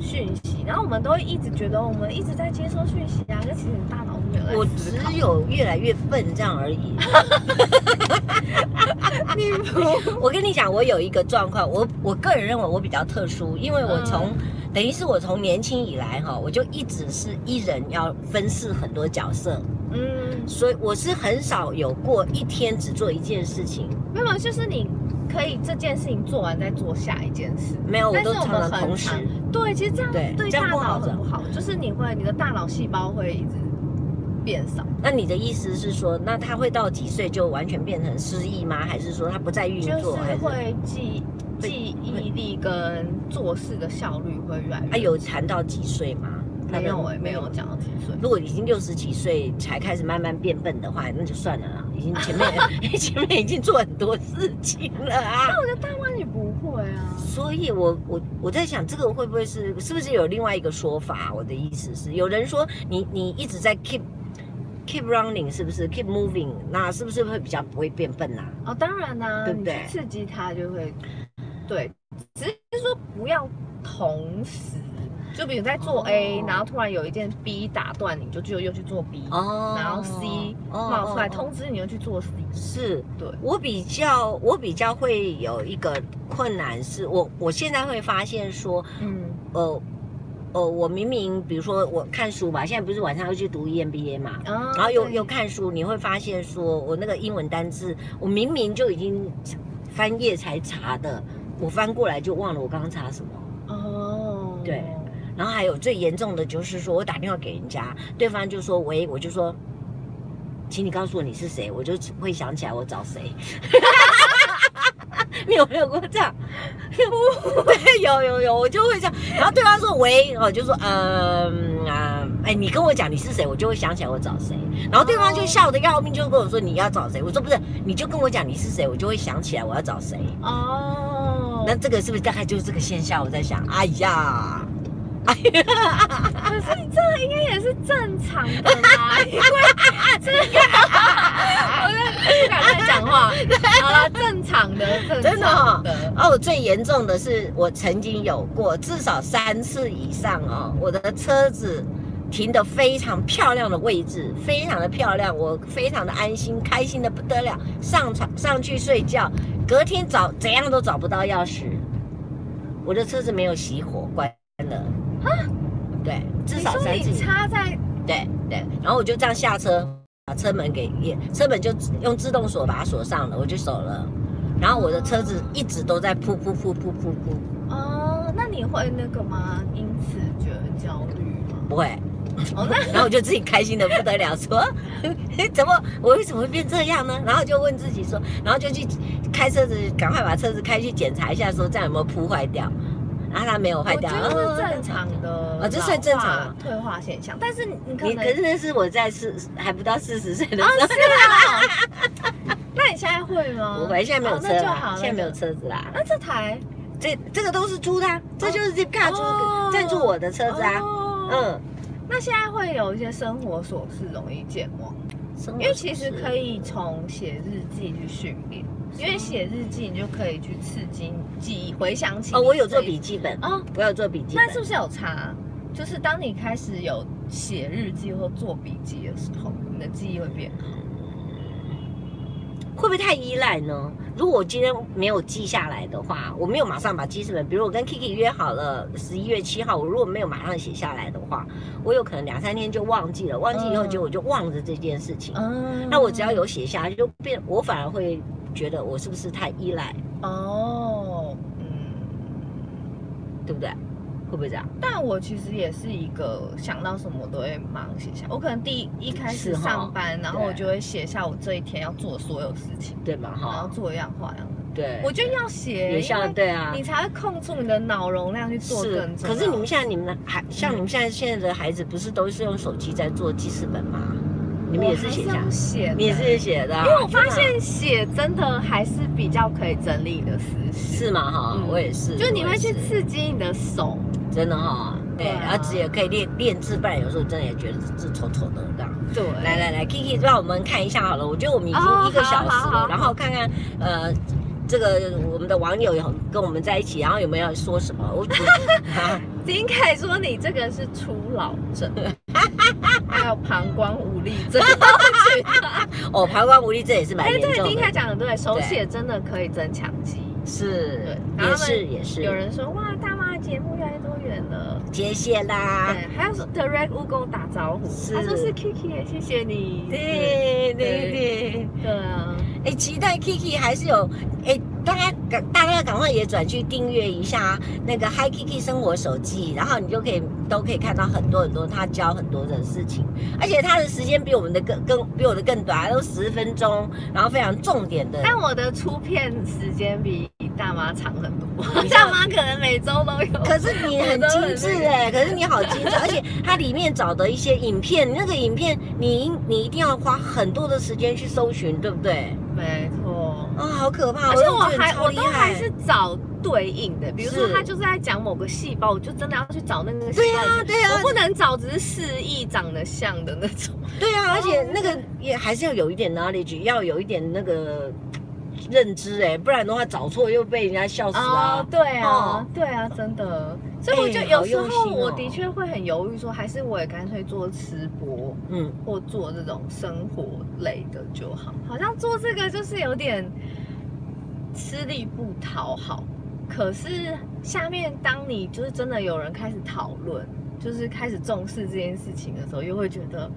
B: 讯息，然后我们都会一直觉得我们一直在接收讯息啊，可其实你大脑没有在
A: 我
B: 思
A: 只
B: 考。
A: 有越来越笨这样而 已。
B: 你不
A: 我跟你讲，我有一个状况，我我个人认为我比较特殊，因为我从、
B: 嗯
A: 等于是我从年轻以来哈，我就一直是一人要分饰很多角色，
B: 嗯，
A: 所以我是很少有过一天只做一件事情。
B: 没有，就是你可以这件事情做完再做下一件事。
A: 没有，我
B: 但是
A: 都
B: 我
A: 常
B: 们
A: 常
B: 很
A: 同时
B: 常。对，其实这样
A: 对
B: 对
A: 这
B: 大
A: 样不好
B: 脑很
A: 的
B: 不好，就是你会你的大脑细胞会一直变少。
A: 那你的意思是说，那他会到几岁就完全变成失忆吗？还是说他不再运
B: 就
A: 作？
B: 是
A: 还是
B: 会记记忆力跟做事的效率会越来越。
A: 他有谈到几岁吗？啊他的
B: 没有哎、没有。讲到几岁，
A: 如果已经六十几岁才开始慢慢变笨的话，那就算了 啦。已经前面 前面已经做很多事情了啊。
B: 那你不会啊？
A: 所以我，我我在想，这个会不会是是不是有另外一个说法？我的意思是，有人说你你一直在 keep keep running，是不是 keep moving？那是不是会比较不会变笨啊？
B: 哦，当然啦、
A: 对不对
B: 你去刺激它就会，对，只是说不要同时，就比如在做 A，、
A: 哦
B: 然后突然有一件 B 打断你，就就又去做 B，、
A: 哦
B: 然后 C
A: 哦
B: 冒出来、
A: 哦哦
B: 通知你又去做 C，
A: 是
B: 嗯对
A: 我比较我比较会有一个困难是，我我现在会发现说，
B: 嗯，
A: 呃呃，我明明比如说我看书吧，现在不是晚上要去读 EMBA 嘛，
B: 嗯然
A: 然后又又看书，你会发现说我那个英文单字，我明明就已经翻页才查的，我翻过来就忘了我刚刚查什么。
B: 哦，
A: 对然后还有最严重的就是说我打电话给人家，对方就说喂，我就说，请你告诉我你是谁，我就会想起来我找谁。 你有没有过这样？ 对，有有有，我就会这样。然后对方说喂，我就说嗯啊，哎，你跟我讲你是谁，我就会想起来我找谁。然后对方就笑得要命，就跟我说你要找谁。我说不是，你就跟我讲你是谁，我就会想起来我要找谁。
B: 哦，
A: 那这个是不是大概就是这个现象？我在想，哎呀。
B: 可是啊这个应该也是正常的 啦，因为这个我在不敢再讲话。好了，正常的，正常
A: 真的哦
B: 的
A: 哦，最严重的是，我曾经有过至少三次以上哦，我的车子停得非常漂亮的位置，非常的漂亮，我非常的安心，开心的不得了，上床上去睡觉，隔天找怎样都找不到钥匙，我的车子没有熄火，关了啊，对，至少三
B: 你
A: 次以
B: 说你
A: 上。
B: 插在
A: 对对，然后我就这样下车，把车门给也车门就用自动锁把它锁上了，我就走了。然后我的车子一直都在噗噗噗噗噗噗，
B: 哦，那你会那个吗？因此觉得焦虑吗？
A: 不会。
B: 哦， 那
A: 然后我就自己开心的不得了，说 怎么我为什么会变这样呢？然后就问自己说，然后就去开车子，赶快把车子开去检查一下，说这样有没有扑坏掉。然后它没有坏
B: 我
A: 掉，
B: 觉得是正
A: 哦。
B: 常的
A: 啊这算正常
B: 老化退化现象，但是你可
A: 你
B: 能
A: 可是那是我在四还不到四十岁的时
B: 啊
A: 候，
B: 是啊，那你现在会吗？
A: 我现在没有
B: 哦
A: 车
B: 那就
A: 啦，
B: 好
A: 现在没有
B: 那就
A: 车子啦。
B: 那这台
A: 这这个都是租的、啊，这就是 Zipcar 租、
B: 哦
A: 赞助我的车子啊。
B: 哦
A: 嗯，
B: 那现在会有一些生活琐事容易健忘，
A: 生活
B: 因为其实可
A: 以
B: 以从写日记去训练，因为写日记你就可以去刺激记忆，回想起
A: 哦，
B: 你
A: 我有做
B: 这一
A: 笔记本，
B: 哦，
A: 我有做笔记本。
B: 那是不是有差？就是当你开始有写日记或做笔记的时候，你的记忆会变好。
A: 会不会太依赖呢？如果我今天没有记下来的话，我没有马上把记事本，比如我跟 Kiki 约好了十一月七号，我如果没有马上写下来的话，我有可能两三天就忘记了，忘记以后
B: 嗯
A: 结果我就忘了这件事情。
B: 嗯
A: 那我只要有写下来，就变，我反而会觉得我是不是太依赖，
B: 哦，嗯，
A: 对不对？会不会这样？
B: 但我其实也是一个想到什么都会马上写下。我可能第一一开始
A: 是哈
B: 上班，然后
A: 对
B: 我就会写下我这一天要做的所有事情，
A: 对嘛？
B: 然后
A: 哈，
B: 做一样画一样。
A: 对，
B: 我觉得要写，
A: 你像对啊，
B: 你才会控制你的脑容量去做
A: 是
B: 更，重
A: 可
B: 要的
A: 是你们现在你们的孩，像你们现在现在的孩子，不是都是用手机在做记事本吗？你们也是写
B: 我还
A: 下
B: 用，写的，
A: 你也是写的啊，
B: 因为我发
A: 真的啊
B: 现写真的还是比较可以整理你的思绪，
A: 啊是嘛哈，
B: 嗯
A: 我也是，
B: 就你会去
A: 我也是
B: 刺激你的手，
A: 真的哈，对，
C: 啊
A: 然后只也可以练练字，不然有时候真的也觉得字丑丑的这样。
C: 对，
A: 来来来，Kiki 让我们看一下好了，我觉得我们已经
C: 哦
A: 一个小时了，
C: 好好好
A: 然后看看呃。这个我们的网友有跟我们在一起，然后有没有说什么？我 啊
B: 丁凯说你这个是初老 症，还有膀胱无力症。
A: 哦，膀胱无力这也是蛮
B: 哎，
A: 严
B: 对，
A: 重
B: 丁凯
A: 的，
B: 讲的对，手写真的可以增强记忆。
A: 是
B: 对
A: 也
B: 然后他
A: 是
B: 们
A: 也
B: 有
A: 是
B: 人说哇，大妈节目越来越多元了。
A: 接线啦，
B: 对，还有说 The Red Wu 跟我打招呼，
A: 啊是
B: 他说是 Kiki，耶谢谢你。
A: 对对
B: 对
A: 对，
B: 对啊，
A: 哎，期待 Kiki 还是有哎，大家赶大家赶快也转去订阅一下那个 Hi Kiki 生活手记，然后你就可以都可以看到很多很多他教很多的事情，而且他的时间比我们的更更比我的更短，都十分钟，然后非常重点的。
B: 但我的出片时间比大妈长很多，
A: 你知道
B: 大妈可能每周都有。
A: 可是你很精致哎、可是你好精 致，而且它里面找的一些影片，那个影片你你一定要花很多的时间去搜寻，对不对？
B: 没错。
A: 啊、好可怕！
B: 而且
A: 又
B: 我
A: 觉得
B: 还
A: 超
B: 我
A: 厉
B: 都
A: 害
B: 还是找对应的，比如说
A: 是
B: 他就是在讲某个细胞，我就真的要去找那个细
A: 对
B: 胞。
A: 啊，对
B: 我
A: 啊，
B: 不能找只是示意长得像的那种，
A: 对啊，而且那个也还是要有一点 knowledge，要有一点那个认知哎、不然的话找错又被人家笑死啊。
B: 对啊，
A: 哦
B: 对啊，真的。所以我就
A: 哎
B: 有时
A: 好用
B: 候
A: 心哦
B: 我的确会很犹豫说还是我也干脆做吃播
A: 嗯，
B: 或做这种生活类的就好。好像做这个就是有点吃力不讨好。可是下面当你就是真的有人开始讨论，就是开始重视这件事情的时候，又会觉得，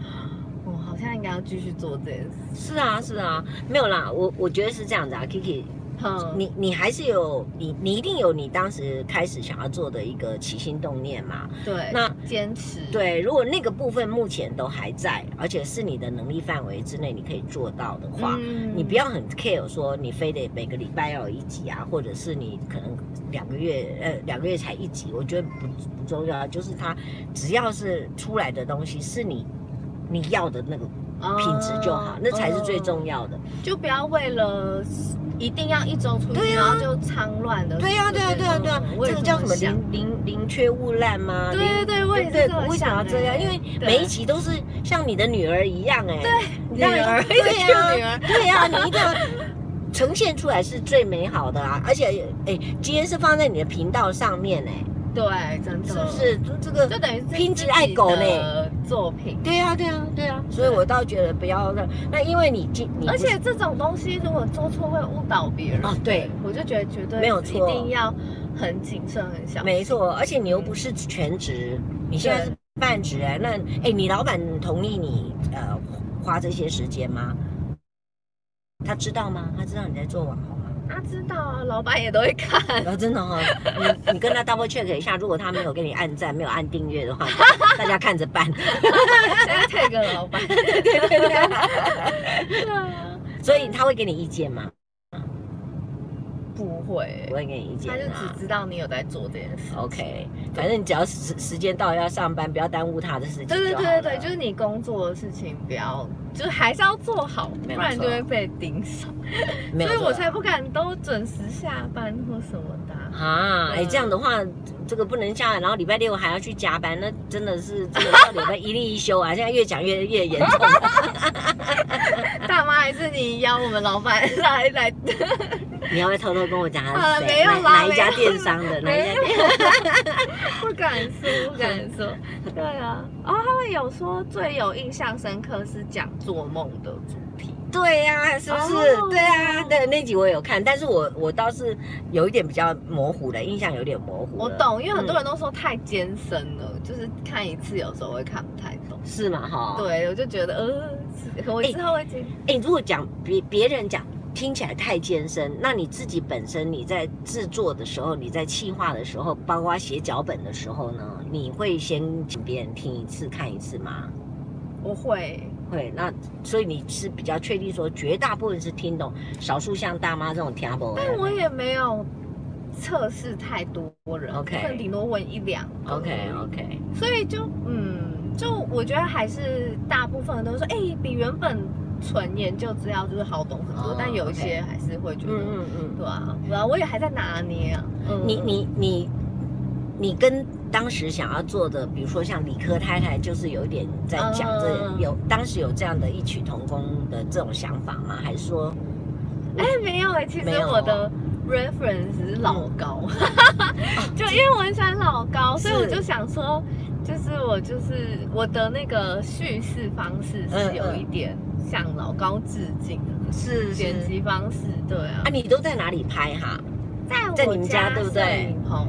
B: 我、好像应该要继续做这件事。
A: 是啊，是啊，没有啦，我我觉得是这样子啊，Kiki，
B: 嗯，
A: 你你还是有你你一定有你当时开始想要做的一个起心动念嘛。
B: 对，
A: 那
B: 坚持，
A: 对，如果那个部分目前都还在，而且是你的能力范围之内，你可以做到的话，
B: 嗯
A: 你不要很 care 说你非得每个礼拜要有一集啊，或者是你可能两个月呃两个月才一集，我觉得不不重要，啊就是它只要是出来的东西是你你要的那个品质就好，
B: 哦
A: 那才是最
B: 哦
A: 重要的。
B: 就不要为了一定要一周出
A: 对
B: 去，
A: 啊
B: 然后就仓乱的。
A: 对呀、对呀、对呀、啊对呀、
B: 嗯我也
A: 这个叫什么
B: 这想
A: 零零零缺毋滥吗？
B: 对
A: 零
B: 对对，我也是
A: 对
B: 这么
A: 我为什么要这样？
B: 想
A: 因
B: 的欸
A: 为每一集都是像你的女儿一样哎、
B: 女儿 一直
A: 对呀、
B: 叫女儿
A: 对呀、你一定要呈现出来是最美好的啊！而且哎，今天是放在你的频道上面哎、
B: 对，真的
A: 是不？是？
B: 嗯
A: 这个
B: 就等于是
A: 拼级爱狗呢
B: 自己的作品。
A: 对呀、对呀、
B: 啊
A: 对呀、所以我倒觉得不要那那，因为你今你不
B: 而
A: 是
B: 且这种东西如果做错会误导别人，
A: 嗯哦对，
B: 我就觉得绝对
A: 没有错
B: 一定要很谨慎、很小心。
A: 没错，而且你又不是全职，你现在是半职哎、那哎、你老板同意你呃花这些时间吗？他知道吗？他知道你在做网红吗？
B: 他知道啊，老板也都会看。
A: 啊，真的哈、你你跟他 double check 一下，如果他没有给你按赞，没有按订阅的话，大家看着办。
B: 现在 tag 老板， 对啊，
A: 所以他会给你意见吗？
B: 不会欸
A: 不，会给你意见
B: 他就
A: 啊
B: 只。知道你有在做这件事。
A: OK，反正你只要时时间到要上班，不要耽误他的事情
B: 对对
A: 就好
B: 对对
A: 了。
B: 对，就是你工作的事情不要，就是还是要做好，不
A: 没有
B: 然
A: 错
B: 就会被盯上。
A: 没有啊
B: 所以
A: 错
B: 我才不敢都准时下班或什么的 啊。
A: 啊，哎、
B: 嗯
A: 这样的话，这个不能下来，然后礼拜六还要去加班，那真的是这个到礼拜一例一休啊！现在越讲越越严重了。
B: 大妈还是你邀我们老板 来来，
A: 你要不要偷偷跟我讲他
B: 好了
A: 是谁？
B: 啊没有
A: 哪
B: 啦
A: 哪一家
B: 没有
A: 电商的？哪一
B: 没
A: 家
B: 有
A: 电？
B: 不敢说，不敢说。对啊，哦，他们有说最有印象深刻是讲做梦的主题，
A: 对呀、是不是？
B: 哦
A: 对啊，对那集我有看，但是我我倒是有一点比较模糊的印象，有点模糊。
B: 我，懂，因为很多人都说太艰深了，就是看一次有时候会看不太懂。
A: 是嘛？哈，。
B: 对，我就觉得呃，是我之后会经
A: 哎、如果讲别别人讲听起来太艰深，那你自己本身你在制作的时候，你在企划的时候，包括写脚本的时候呢，你会先请别人听一次看一次吗？
B: 我会。
A: 会，那所以你是比较确定说绝大部分是听懂，少数像大妈这种听不懂的。
B: 但我也没有测试太多人
A: OK
B: 可能顶多问一两个
A: OK OK，
B: 所以就嗯，就我觉得还是大部分人都说，哎、比原本纯研究资料就是好懂很多
A: 哦
B: 但有
A: OK
B: 一些还是会觉
A: 嗯
B: 得，
A: 嗯嗯，
B: 对啊，对啊，我也还在拿捏啊，嗯
A: 你你你你跟当时想要做的，比如说像理科太太，就是有一点在讲
B: 嗯
A: 这有当时有这样的异曲同工的这种想法吗？还是说
B: 哎、没有哎、其实
A: 没有啊
B: 我的 reference 是老高， 就因为我很喜欢老高，所以我
A: 嗯啊是
B: 就想说，就是我就是我的那个叙事方式是
A: 嗯
B: 有
A: 嗯
B: 一点向老高致敬的，
A: 是
B: 剪辑方式对啊
A: 啊？，你都在哪里拍哈？
B: 在我
A: 在你们家对不对
B: 摄影棚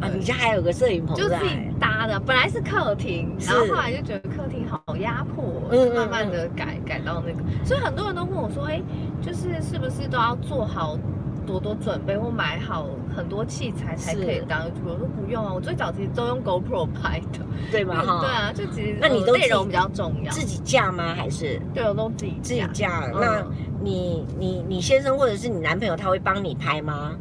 A: 啊，
B: 对
A: 你家还有个摄影棚
B: 就
A: 在
B: 自己搭的，本来是客厅，
A: 哦是
B: 然后后来就觉得客厅好压迫哦，
A: 嗯嗯
B: 就慢慢的改改到那个，所以很多人都问我说，哎，就是是不是都要做好多多准备或买好很多器材才
A: 是
B: 可以当 YouTube？我说不用啊，我最早其实都用 GoPro 拍的，
A: 对吗？哈，
B: 对，啊，就其实
A: 那你都
B: 呃内
A: 自己
B: 容比较重要，
A: 自己架吗？还是
B: 对我都自己
A: 自己
B: 架
A: 架？
B: 嗯
A: 那你你你先生或者是你男朋友他会帮你拍吗？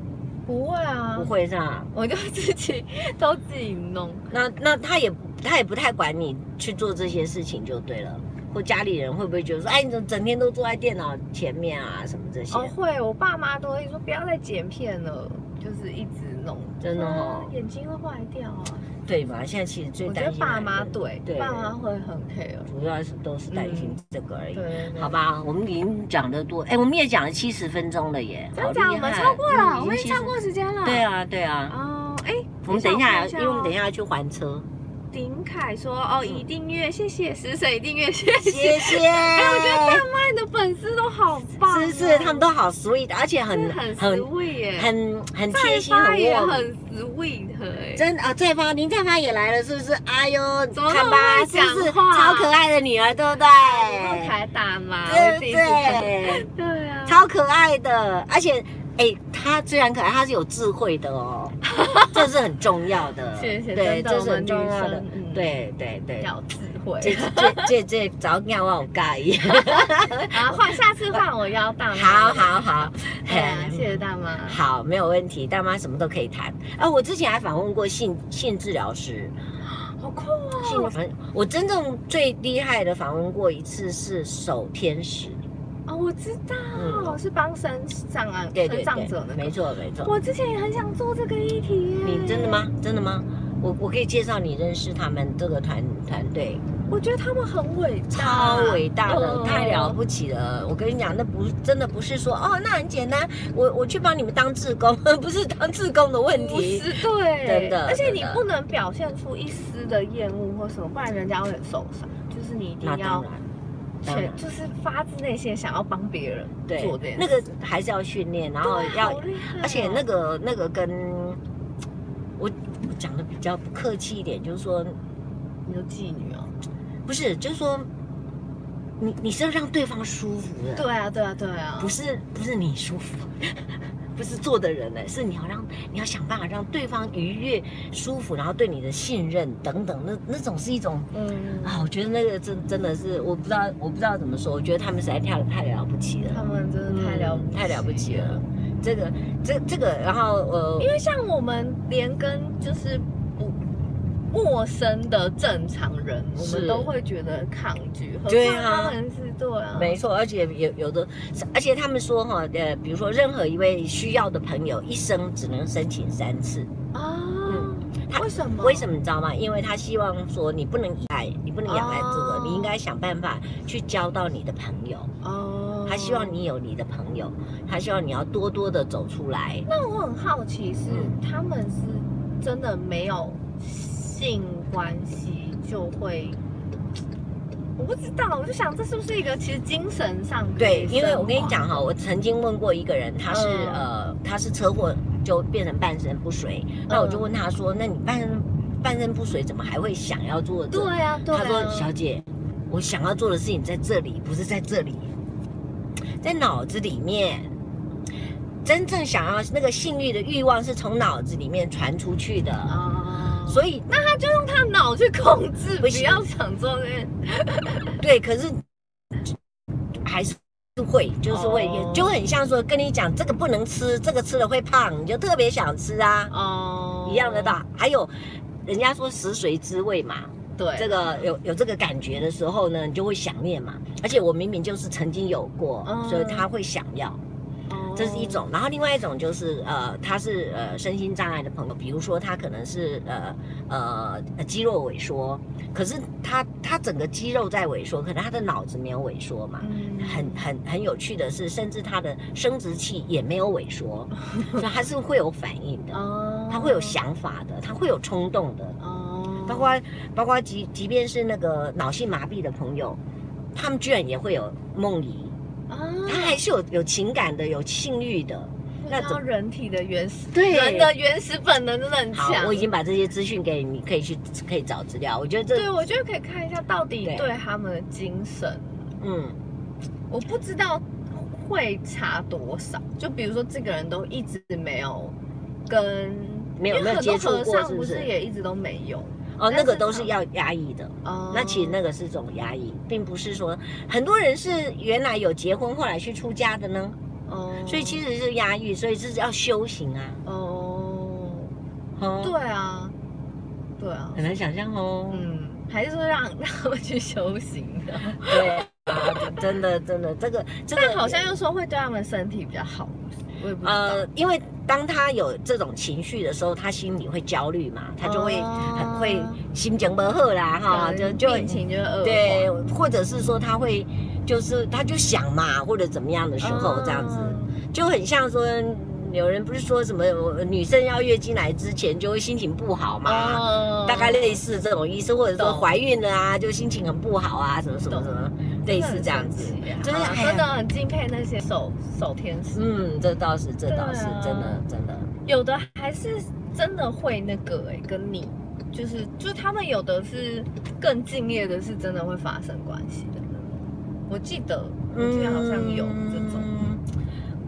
B: 不会啊，
A: 不，会是吧？
B: 我就自己 都自己弄。
A: 那那他也不他也不太管你去做这些事情就对了，或家里人会不会觉得说，哎，你怎么整天都坐在电脑前面啊，什么这些？
B: 哦，会，我爸妈都会说不要再剪片了，就是一直弄，
A: 真的哦
B: 啊眼睛会坏掉啊。
A: 对嘛？现在其实最
B: 我觉
A: 担
B: 得
A: 心
B: 爸妈
A: 哪一个
B: 对，
A: 对
B: 爸妈会很 care。
A: 主要是都是担心这个而已。
B: 嗯对，
A: 好，吧，我们已经讲得多，哎，我们也讲了七十分钟了耶，
B: 真
A: 好
B: 的
A: 厉
B: 假的？我们
A: 害
B: 超过了，
A: 嗯
B: 我们已
A: 70
B: 经超过时间了。
A: 对。啊，对啊，
B: 哦，哎，
A: 我们等一下，
B: 我看
A: 因
B: 哦
A: 为我们等一下要去还车，
B: 林凯说哦，已订阅，谢谢食神已订阅， 谢谢。
A: 谢谢。
B: 哎，我觉得大麦的粉丝都好棒哦，
A: 是是，他们都好 sweet，而且
B: 真
A: 很
B: 的很
A: 很
B: sweet 耶，
A: 很很
B: 再
A: 贴心，
B: 发
A: 很
B: 也
A: warm
B: 很 sweet 哎，
A: 真啊，再发林再发也来了，是不是？哎呦，
B: 怎么那
A: 看
B: 么
A: 吧，
B: 会
A: 是不是
B: 讲话
A: 超可爱的女儿，对不对？
B: 后台大妈，
A: 对
B: 我第一次看
A: 对，
B: 对啊，
A: 超可爱的，而且哎，她虽然可爱，她是有智慧的 哦，这是很重要的。
B: 谢谢，
A: 对，
B: 真的
A: 这是很重要，
B: 我
A: 的
B: 们。女生嗯
A: 对对对，
B: 要智慧。
A: 这 这这这早鸟我有介意。
B: 啊，换下次换我邀大妈。
A: 好好好，哎
B: 对啊，谢谢大妈。
A: 好，没有问题，大妈什么都可以谈。啊，我之前还访问过性性治疗师，
B: 好酷哦！
A: 性反我真正最厉害的访问过一次是守天使，
B: 哦，我知道，
A: 嗯
B: 是帮身障啊，
A: 对对
B: 身障者
A: 对，
B: 那
A: 没
B: 个。
A: 错没错。
B: 我之前也很想做这个议题耶。
A: 你真的？吗？真的吗？我我可以介绍你认识他们这个团团队，
B: 我觉得他们很伟大，
A: 超伟大的，
B: 嗯
A: 太了不起了！我跟你讲，那不真的不是说哦，那很简单，我我去帮你们当志工， 不是当志工的问
B: 不
A: 题。
B: 是对，
A: 真的
B: 而且你
A: 真的
B: 不能表现出一丝的厌恶或什么，不然人家会很受伤。就是你一定
A: 那当
B: 要
A: 然，当
B: 全，
A: 然
B: 就是发自内心地想要帮别人
A: 对
B: 做这件，
A: 那
B: 事。
A: 个还是要训练，然后
B: 对
A: 要
B: 好厉害哦
A: 而且那个那个跟我我讲的比较不客气一点，就是说
B: 你说妓女哦。
A: 不是，就是说你你是要让对方舒服的，
B: 对啊，对啊，对啊。
A: 不是不是你舒服， 不是做的人呢，是你要让你要想办法让对方愉悦、舒服，然后对你的信任等等，那那种是一种。
B: 嗯，
A: 啊，我觉得那个真真的是，我不知道，我不知道怎么说。我觉得他们实在太太了不起了，
B: 他们真的太了、
A: 嗯太了不起了。。这个，这这个，然后呃，
B: 因为像我们连跟就是不陌生的正常人，我
A: 是
B: 们都会觉得抗拒，何
A: 对
B: 况
A: 啊
B: 他们是对啊，
A: 没错，而且有有的，而且他们说哈，呃，比如说任何一位需要的朋友，一生只能申请三次。
B: 啊、
A: 嗯他
B: 为什么？
A: 为什
B: 么？
A: 么你知道吗？因为他希望说你不能依赖，你不能仰赖这个
B: 哦，
A: 你应该想办法去交到你的朋友。
B: 哦，
A: 他希望。你有你的朋友，他希望你要多多的走出来。
B: 那我很好奇是，
A: 嗯
B: 他们是真的没有性关系就会。我不知道，我就想这是不是一个其实精神上可以
A: 对，因为我跟你
B: 升华
A: 讲哈，我曾经问过一个人，他是、
B: 嗯
A: 呃，他是车祸就变成半身不遂，那
B: 嗯
A: 我就问他说，那你半身半身不遂怎么还会想要做这
B: 对啊，对啊。
A: 他说：“小姐，我想要做的事情在这里，不是在这里，在脑子里面。真正想要那个性欲的欲望是从脑子里面传出去的，
B: 啊，
A: 所以那
B: 他就用他脑去控制，
A: 不
B: 不
A: 行
B: 要想做那些
A: 对，可是还是。”会就是会
B: 哦
A: 就很像说跟你讲这个不能吃，这个吃了会胖，你就特别想吃啊，
B: 哦
A: 一样的道。还有，人家说食髓知味嘛，
B: 对，
A: 这个有有这个感觉的时候呢，你就会想念嘛。而且我明明就是曾经有过，
B: 嗯
A: 所以他会想要，
B: 哦
A: 这是一种。然后另外一种就是呃，他是呃身心障碍的朋友，比如说他可能是呃呃呃肌肉萎缩，可是他他整个肌肉在萎缩，可能他的脑子没有萎缩嘛。
B: 嗯
A: 很很很有趣的是，甚至他的生殖器也没有萎 缩，所以他是会有反应的，
B: 哦
A: 他会有想法的，他会有冲动的。
B: 哦，
A: 包括包括即即便是那个脑性麻痹的朋友，他们居然也会有梦遗，
B: 啊，
A: 他还是有有情感的，有性欲的。那
B: 那
A: 怎
B: 知道
A: 么
B: 人体的原始，
A: 对
B: 人的原始本能真的很
A: 好
B: 强。，
A: 我已经把这些资讯给你，你可以去可以找资料。我觉得
B: 对，
A: 这
B: 我觉得可以看一下到底
A: 对
B: 对他们的精神，
A: 嗯
B: 我不知道会差多少。就比如说这个人都一直没有跟
A: 没有
B: 因
A: 没
B: 为
A: 有
B: 很
A: 接
B: 多
A: 触
B: 和
A: 过，
B: 尚
A: 是
B: 不
A: 不是？
B: 也一直都没有？
A: 哦，那个
B: 但是
A: 都是要压抑的。
B: 哦
A: 那其实那个是种压抑，并不是说很多人是原来有结婚，后来去出家的呢，
B: 哦，
A: 所以其实是压抑，所以这是要修行啊。
B: 哦，
A: 哦，
B: 对啊，对啊，
A: 很难想象哦。
B: 嗯，还是说让让他们去修行 的，
A: 对啊，真的真的，这个这个
B: 但好像又说会对他们身体比较好，我也不知道。
A: 呃，因为当他有这种情绪的时候，他心里会焦虑嘛，他就会很
B: 哦
A: 会心情不好啦，哈，
B: 可
A: 就
B: 能
A: 就
B: 病情就会恶化
A: 对，或者是说他会就是他就想嘛，或者怎么样的时
B: 哦
A: 候这样子，
B: 嗯
A: 就很像说有人不是说什么呃女生要月经来之前就会心情不好嘛。
B: 哦
A: 大概类似这种意思，或者说
B: 懂
A: 怀孕了啊，就心情很不好啊，什么什么什么，类似这样子，
B: 真的很神奇
A: 哎
B: 耶好啦
A: 呀
B: 真的很敬佩那些守守天使，
A: 嗯，这倒是，这倒是，
B: 对啊
A: 真的，真的，
B: 有的还是真的会那个哎、跟你就是就他们有的是更敬业的，是真的会发生关系的。我记得，我记得好像有这种，
A: 嗯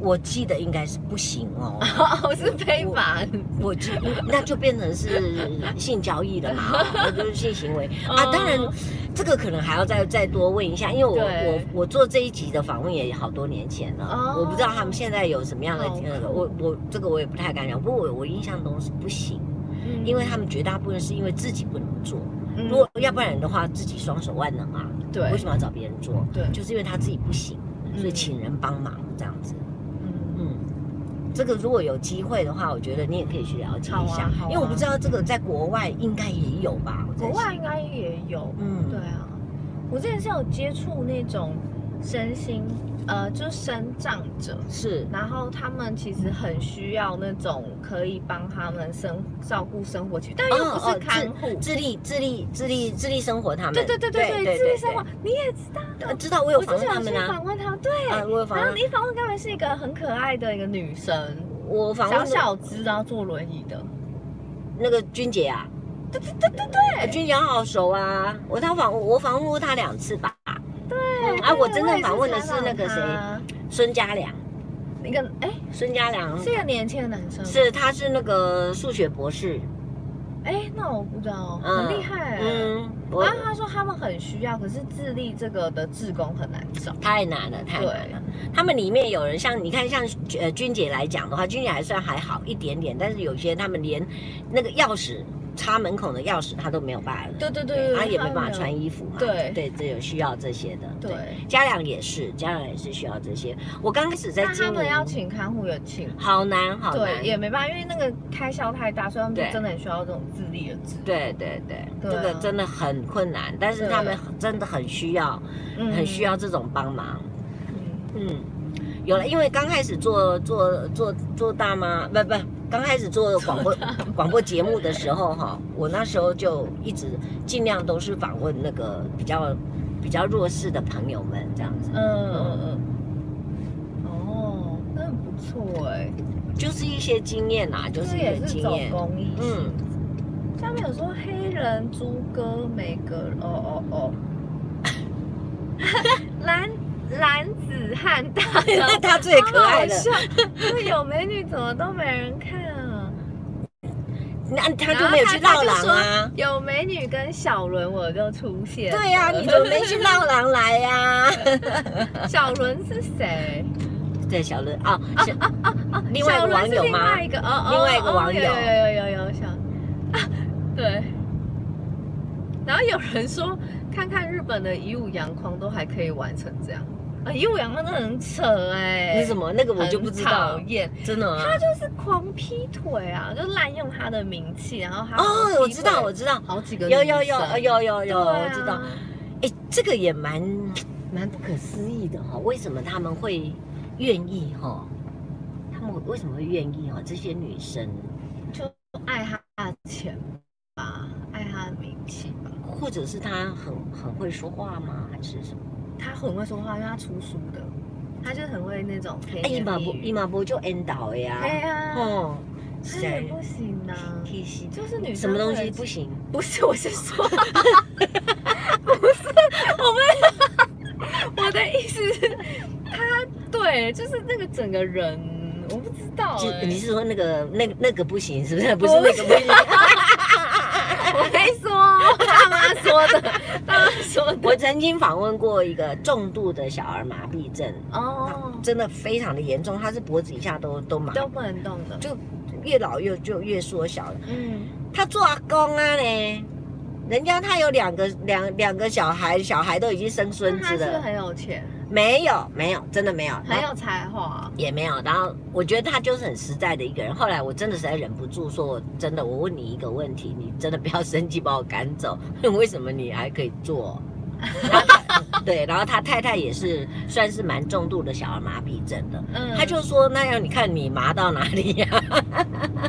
A: 我记得应该是不行哦，
B: 哦，是非法
A: 我记那就变成是性交易了 嘛，那就是性行为啊。
B: 嗯
A: 当然，这个可能还要再再多问一下，因为我
B: 对
A: 我我做这一集的访问也好多年前了，
B: 哦嗯
A: 我不知道他们现在有什么样的
B: 好酷
A: 呃，我我这个我也不太敢讲，不过我我印象中是不行，
B: 嗯
A: 因为他们绝大部分是因为自己不能做，
B: 嗯
A: 如果要不然的话，自己双手万能啊，
B: 对
A: 为什么要找别人做？
B: 对
A: 就是因为他自己不行，所以
B: 嗯
A: 请人帮忙这样子。
B: 嗯
A: 嗯，这个如果有机会的话，我觉得你也可以去了解一下，
B: 好啊好啊
A: 因为我不知道这个在国外应该也有吧？我在
B: 国
A: 想，
B: 外应该也有，
A: 嗯，
B: 对啊，我之前是有接触那种身心呃，就是生长者，
A: 是，
B: 然后他们其实很需要那种可以帮他们生照顾生活起居，但又
A: 哦
B: 不
A: 哦
B: 是看护。
A: 自立、自立、自立、自立生活他们，
B: 对对对对对，自立生活，你也知道。
A: 呃知道我有
B: 我
A: 访
B: 之
A: 问他
B: 前有
A: 们
B: 去
A: 啊
B: 访，问他，对。
A: 啊，我有访
B: 然后
A: 问，
B: 你访问他们是一个很可爱的一个女生，
A: 我访
B: 小
A: 问
B: 小只，然后坐轮椅
A: 嗯
B: 的。
A: 那个君姐啊，
B: 对对对对对
A: 啊君姐好熟啊，我他访我访问过他两次吧，
B: 对。
A: 啊我真正
B: 也
A: 访问的
B: 采
A: 是那个谁
B: 访他，
A: 孙家良，
B: 一个哎，
A: 孙家良
B: 是一个年轻的男生。。
A: 是他是那个数学博士，
B: 哎，那我不知道，
A: 嗯
B: 很厉害。嗯。
A: 嗯，我
B: 然后他说他们很需要，可是智力这个的志工很难找。
A: 太难了，太难
B: 对
A: 了。他们里面有人像你看，像呃君姐来讲的话，君姐还算还好一点点，但是有些他们连那个钥匙插门口的钥匙他都没有办法，
B: 对对对对，
A: 他也没办法
B: 有
A: 穿衣服嘛，
B: 对
A: 对，这有需要这些的，
B: 对。
A: 家长也是，家长也是需要这些。我刚开始在
B: 那
A: 经
B: 他们
A: 营，
B: 要请看护也请，
A: 好难，好
B: 对，
A: 难，
B: 也没办法，因为那个开销太大，所以他们就
A: 对
B: 真的很需要这种自立的自，
A: 对对对，这
B: 对啊
A: 个真的很困难，但是
B: 对
A: 他们真的很需要，
B: 嗯
A: 很需。要这种帮忙。
B: 嗯
A: 嗯，有了，因为刚开始做做做做大妈，不不，刚开始做广播广播节目的时候哈，我那时候就一直尽量都是访问那个比较比较弱势的朋友们这样子，
B: 嗯嗯嗯。哦，那很不错哎，
A: 就是一些经验啦，就
B: 这
A: 是一
B: 也
A: 些
B: 是
A: 经
B: 走
A: 验。
B: 公益。
A: 嗯，
B: 下面有说黑人猪哥每个，哦哦哦， 男男子汉 大人
A: 那他最可爱的，
B: 好好笑这有美女怎么都没人看啊？
A: 那他就没有去闹
B: 然
A: 狼
B: 后他他
A: 啊
B: 就说。有美女跟小伦，我就出现。
A: 对啊呀、你怎么没去闹狼来啊呀、
B: 小伦是谁？
A: 对，小伦啊，是另外一
B: 小
A: 个
B: 伦
A: 网
B: 是
A: 友
B: 另
A: 吗
B: 外一？个哦，哦
A: 另外一个
B: 哦
A: 网友
B: 有有有有有小啊，对。然后有人说，看看日本的以武扬匡都还可以玩成这样，
E: 哎，幼阳那个很扯哎、
A: 那什么那个我就
E: 很
A: 不知道
E: 讨，厌，
A: 真的啊。
E: 他就是狂劈腿啊，就滥用他的名气，然后他
A: 哦，我知道，我
E: 知
A: 知道，
B: 好几个
A: 有
B: 女
A: 有有
B: 生啊
A: 呃有有有，
E: 道，
A: 我知道。哎，这个也蛮蛮不可思议的哈、为什么他们会愿意哈、他们为什么会愿意哈、这些女生
E: 爱他的钱吧，爱他的名气吧。
A: 或者是她很很会说话吗？还是什么？
B: 他很会说话，因为他出书的，他就很会那种甜
A: 哎，伊
B: 言
A: 嘛
B: 蜜
A: 不伊
B: 语。
A: 嘛不就 N 倒呀？
B: 哎呀，
A: 哦，
B: 他也
A: 谁
B: 不行啊，
A: 可以吸
B: 就是女
A: 什
B: 生
A: 么东
B: 会
A: 西不行？
B: 不是，我是 说，不是，我们我的意思是，他对，就是那个整个人，我不知道、
A: 就
B: 欸，
A: 你是说那个那个那个不行是不是？不是
B: 不
A: 那个不行。
B: 我没说，大妈说的，大妈说的，
A: 我曾经访问过一个重度的小儿麻痹症，
B: 哦，
A: 真的非常的严重，他是脖子以下都都麻，
B: 都不能动的，
A: 就越老越就越缩小。
B: 嗯，
A: 他做阿公啊嘞，人家他有两个两两个小孩，小孩都已经生
B: 那
A: 孙
B: 他是
A: 子
B: 不是
A: 了，
B: 很有钱，
A: 没有没有，真的没有，
B: 很
A: 然后
B: 有才华啊、
A: 也没有。然后我觉得他就是很实在的一个人。后来我真的实在忍不住，说我真的，我问你一个问题，你真的不要生气把我赶走， 为什么你还可以做？ 然后他对，然后他太太也是算是蛮重度的小儿麻痹症的，
B: 嗯，
A: 他就说：“那样你看你麻到哪里呀、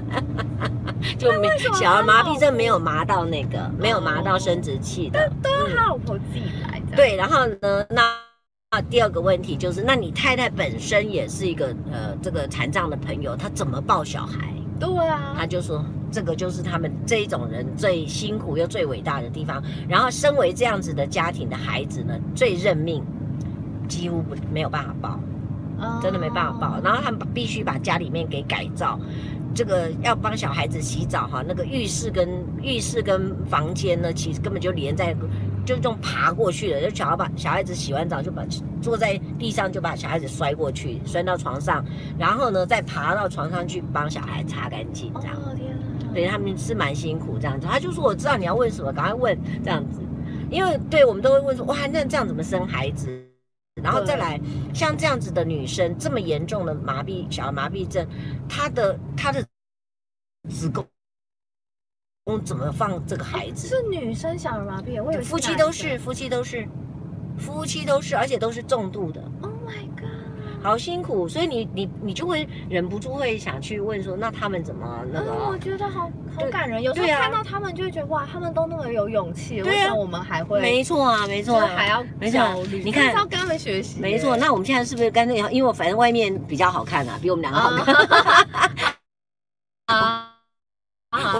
A: 就没
B: 什么
A: 小儿麻
B: 他老
A: 痹症没有麻到那个，没有麻到生殖器的。
B: 都要他老婆自己来的，，
A: 对，然后呢，那那第二个问题就是，那你太太本身也是一个呃这个残障的朋友，她怎么抱小孩？
B: 对啊
A: 他，就说这个就是他们这一种人最辛苦又最伟大的地方。然后身为这样子的家庭的孩子呢，最认命，几乎不没有办法抱。”真的没办法抱。然后他们必须把家里面给改造，这个要帮小孩子洗澡哈，那个浴室跟浴室跟房间呢，其实根本就连在，就这种爬过去的，就小孩把小孩子洗完澡就把坐在地上就把小孩子摔过去，摔到床上，然后呢再爬到床上去帮小孩擦干净这样。
B: 哦，天啊，
A: 对他们是蛮辛苦这样子。他就说我知道你要问什么，赶快问这样子，因为对我们都会问说哇，那这样怎么生孩子？然后再来，像这样子的女生，这么严重的麻痹小儿麻痹症，她的她的子宫，嗯，怎么放这个孩子？
B: 是女生小儿麻痹，我以为
A: 夫妻
B: 男
A: 都
B: 生
A: 是，夫妻都是，夫妻都是，而且都是重度的，
B: ，Oh my god，
A: 好辛苦。所以你你你就会忍不住会想去问说，那他们怎么那个？啊
B: 嗯，我觉得好好
A: 对
B: 感人，有时候
A: 对啊
B: 看到他们就会觉得哇，他们都那么有勇气，
A: 对啊
B: 为什么我们还会
A: 没错啊，没错
B: 就
A: 啊，
B: 还要
A: 没错
B: 焦虑，
A: 你看
B: 就是要跟他们学习耶，
A: 没 错，那我们现在是不是干脆要？因为我反正外面比较好看啊，比我们两个好看
B: 啊 啊，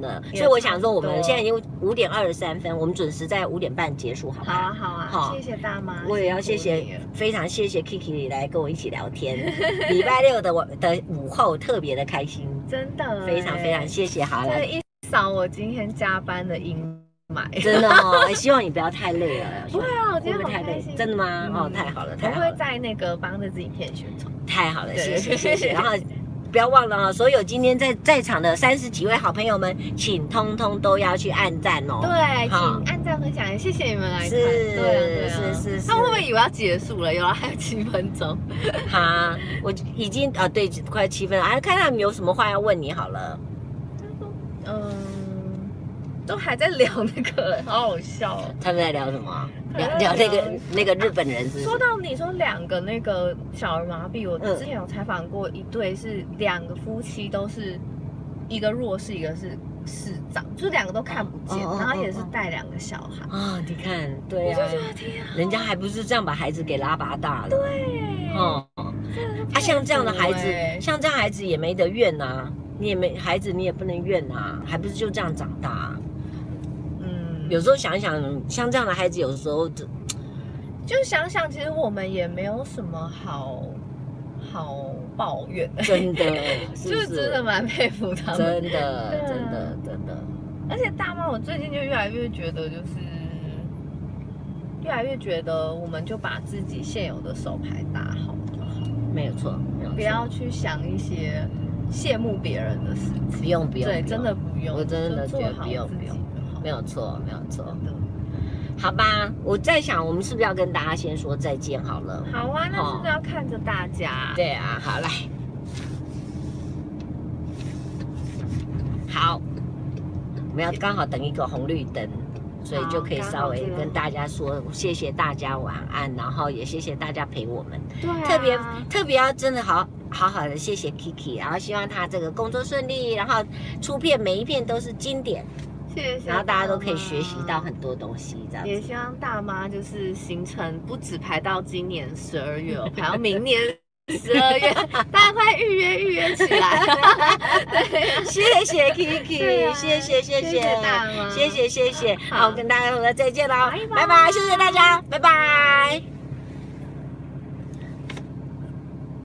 A: 的，
B: 也
A: 所以我想说，我
B: 差
A: 们
B: 不多
A: 现在已经五点二十三分，我们准时在五点半结束，好不
B: 好
A: 好
B: 啊？好啊，
A: 好
B: 谢谢大妈，
A: 我也要谢
B: 辛苦你
A: 谢
B: 了，
A: 非常谢谢 Kiki 来跟我一起聊天。 礼拜六的我的午后特别的开心，
B: 真的
A: 非常非常谢谢。好
B: 这
A: 了，
B: 一扫我今天加班的阴 霾，
A: 真的哦，希望你不要太累了，
B: 不会啊，我今
A: 会
B: 天
A: 不会
B: 好
A: 太
B: 开
A: 累
B: 心，？
A: 真的吗？哦，
B: 嗯
A: 太好了，
B: 我
A: 太好
B: 会
A: 了。
B: 在那个帮着自己骗宣传，
A: 太好了，
B: 对
A: 谢谢谢谢。然后不要忘了啊、所有今天在在场的三十几位好朋友们，请通通都要去按赞哦。
B: 对，
A: 好
B: 请按赞分享，谢谢你们来看，
A: 是
B: 对啊对啊，
A: 是是是
B: 他们会不会以为要结束了？有了，还有七分钟，
A: 好，我已经啊，对，快七分了，啊，看他们有什么话要问你好了。
B: 嗯，都还在聊那个，好好笑哦。
A: 他们在聊什么？
B: 他
A: 聊
B: 们
A: 聊
B: 在
A: 那
B: 聊
A: 个那个日本人是不是
B: 啊说到你说两个那个小儿麻痹，我
A: 嗯
B: 之前有采访过一对是两个夫妻都是一个弱势，一个是视障，就是两个都看不见，
A: 哦哦哦
B: 然后也是带两个小孩。
A: 啊、你看，对
B: 我
A: 呀、
B: 就
A: 啊
B: 觉，得天啊，
A: 人家还不是这样把孩子给拉拔大了。
B: 对，
A: 哦，
B: 真的嗯是
A: 啊，像这样的孩
B: 佩服欸
A: 子，像这样孩子也没得怨呐、你也没孩子，你也不能怨啊，还不是就这样长大、啊
B: 嗯，
A: 有时候想一想，像这样的孩子，有时候这
B: 嗯就想想，其实我们也没有什么好好抱怨的，
A: 真 的，是
B: 就
A: 不
B: 是
A: 是
B: 真的蛮佩服他们
A: 真的，
B: 对啊
A: 真的，真的，
B: 而且大妈，我最近就越来越觉得，就是越来越觉得，我们就把自己现有的手牌打好就好，
A: 没有错，没有错
B: 不要去想一些羡慕别人的事情。
A: 不用不用，
B: 对，
A: 不用
B: 真的不用，
A: 我真的
B: 就做
A: 觉得
B: 好
A: 不用
B: 自己
A: 不用
B: 就好
A: 没有错，没有错。
B: 真的
A: 好吧，我在想，我们是不是要跟大家先说再见好了？
B: 好啊，那是不是要看着大家？
A: 对啊，好来，好，我们要刚好等一个红绿灯，所以就可以
B: 好
A: 稍微
B: 刚好这个
A: 跟大家说谢谢大家晚安，然后也谢谢大家陪我们，
B: 对啊，
A: 特别特别要真的好好好的谢谢 Kiki，然后希望他这个工作顺利，然后出片每一片都是经典，
B: 谢谢，
A: 然后大家都可以学习到。很多东西，这样子
B: 也希望大妈就是行程不止排到今年十二月哦，排到明年十二月， 大家快预约预约起来。
A: 谢谢 Kiki，、
B: 对啊
A: 谢谢谢
B: 谢谢大妈
A: 谢谢谢谢，
B: 好
A: 好，跟大家说再见喽，哦
B: 拜拜
A: 拜拜，谢谢大家，拜拜。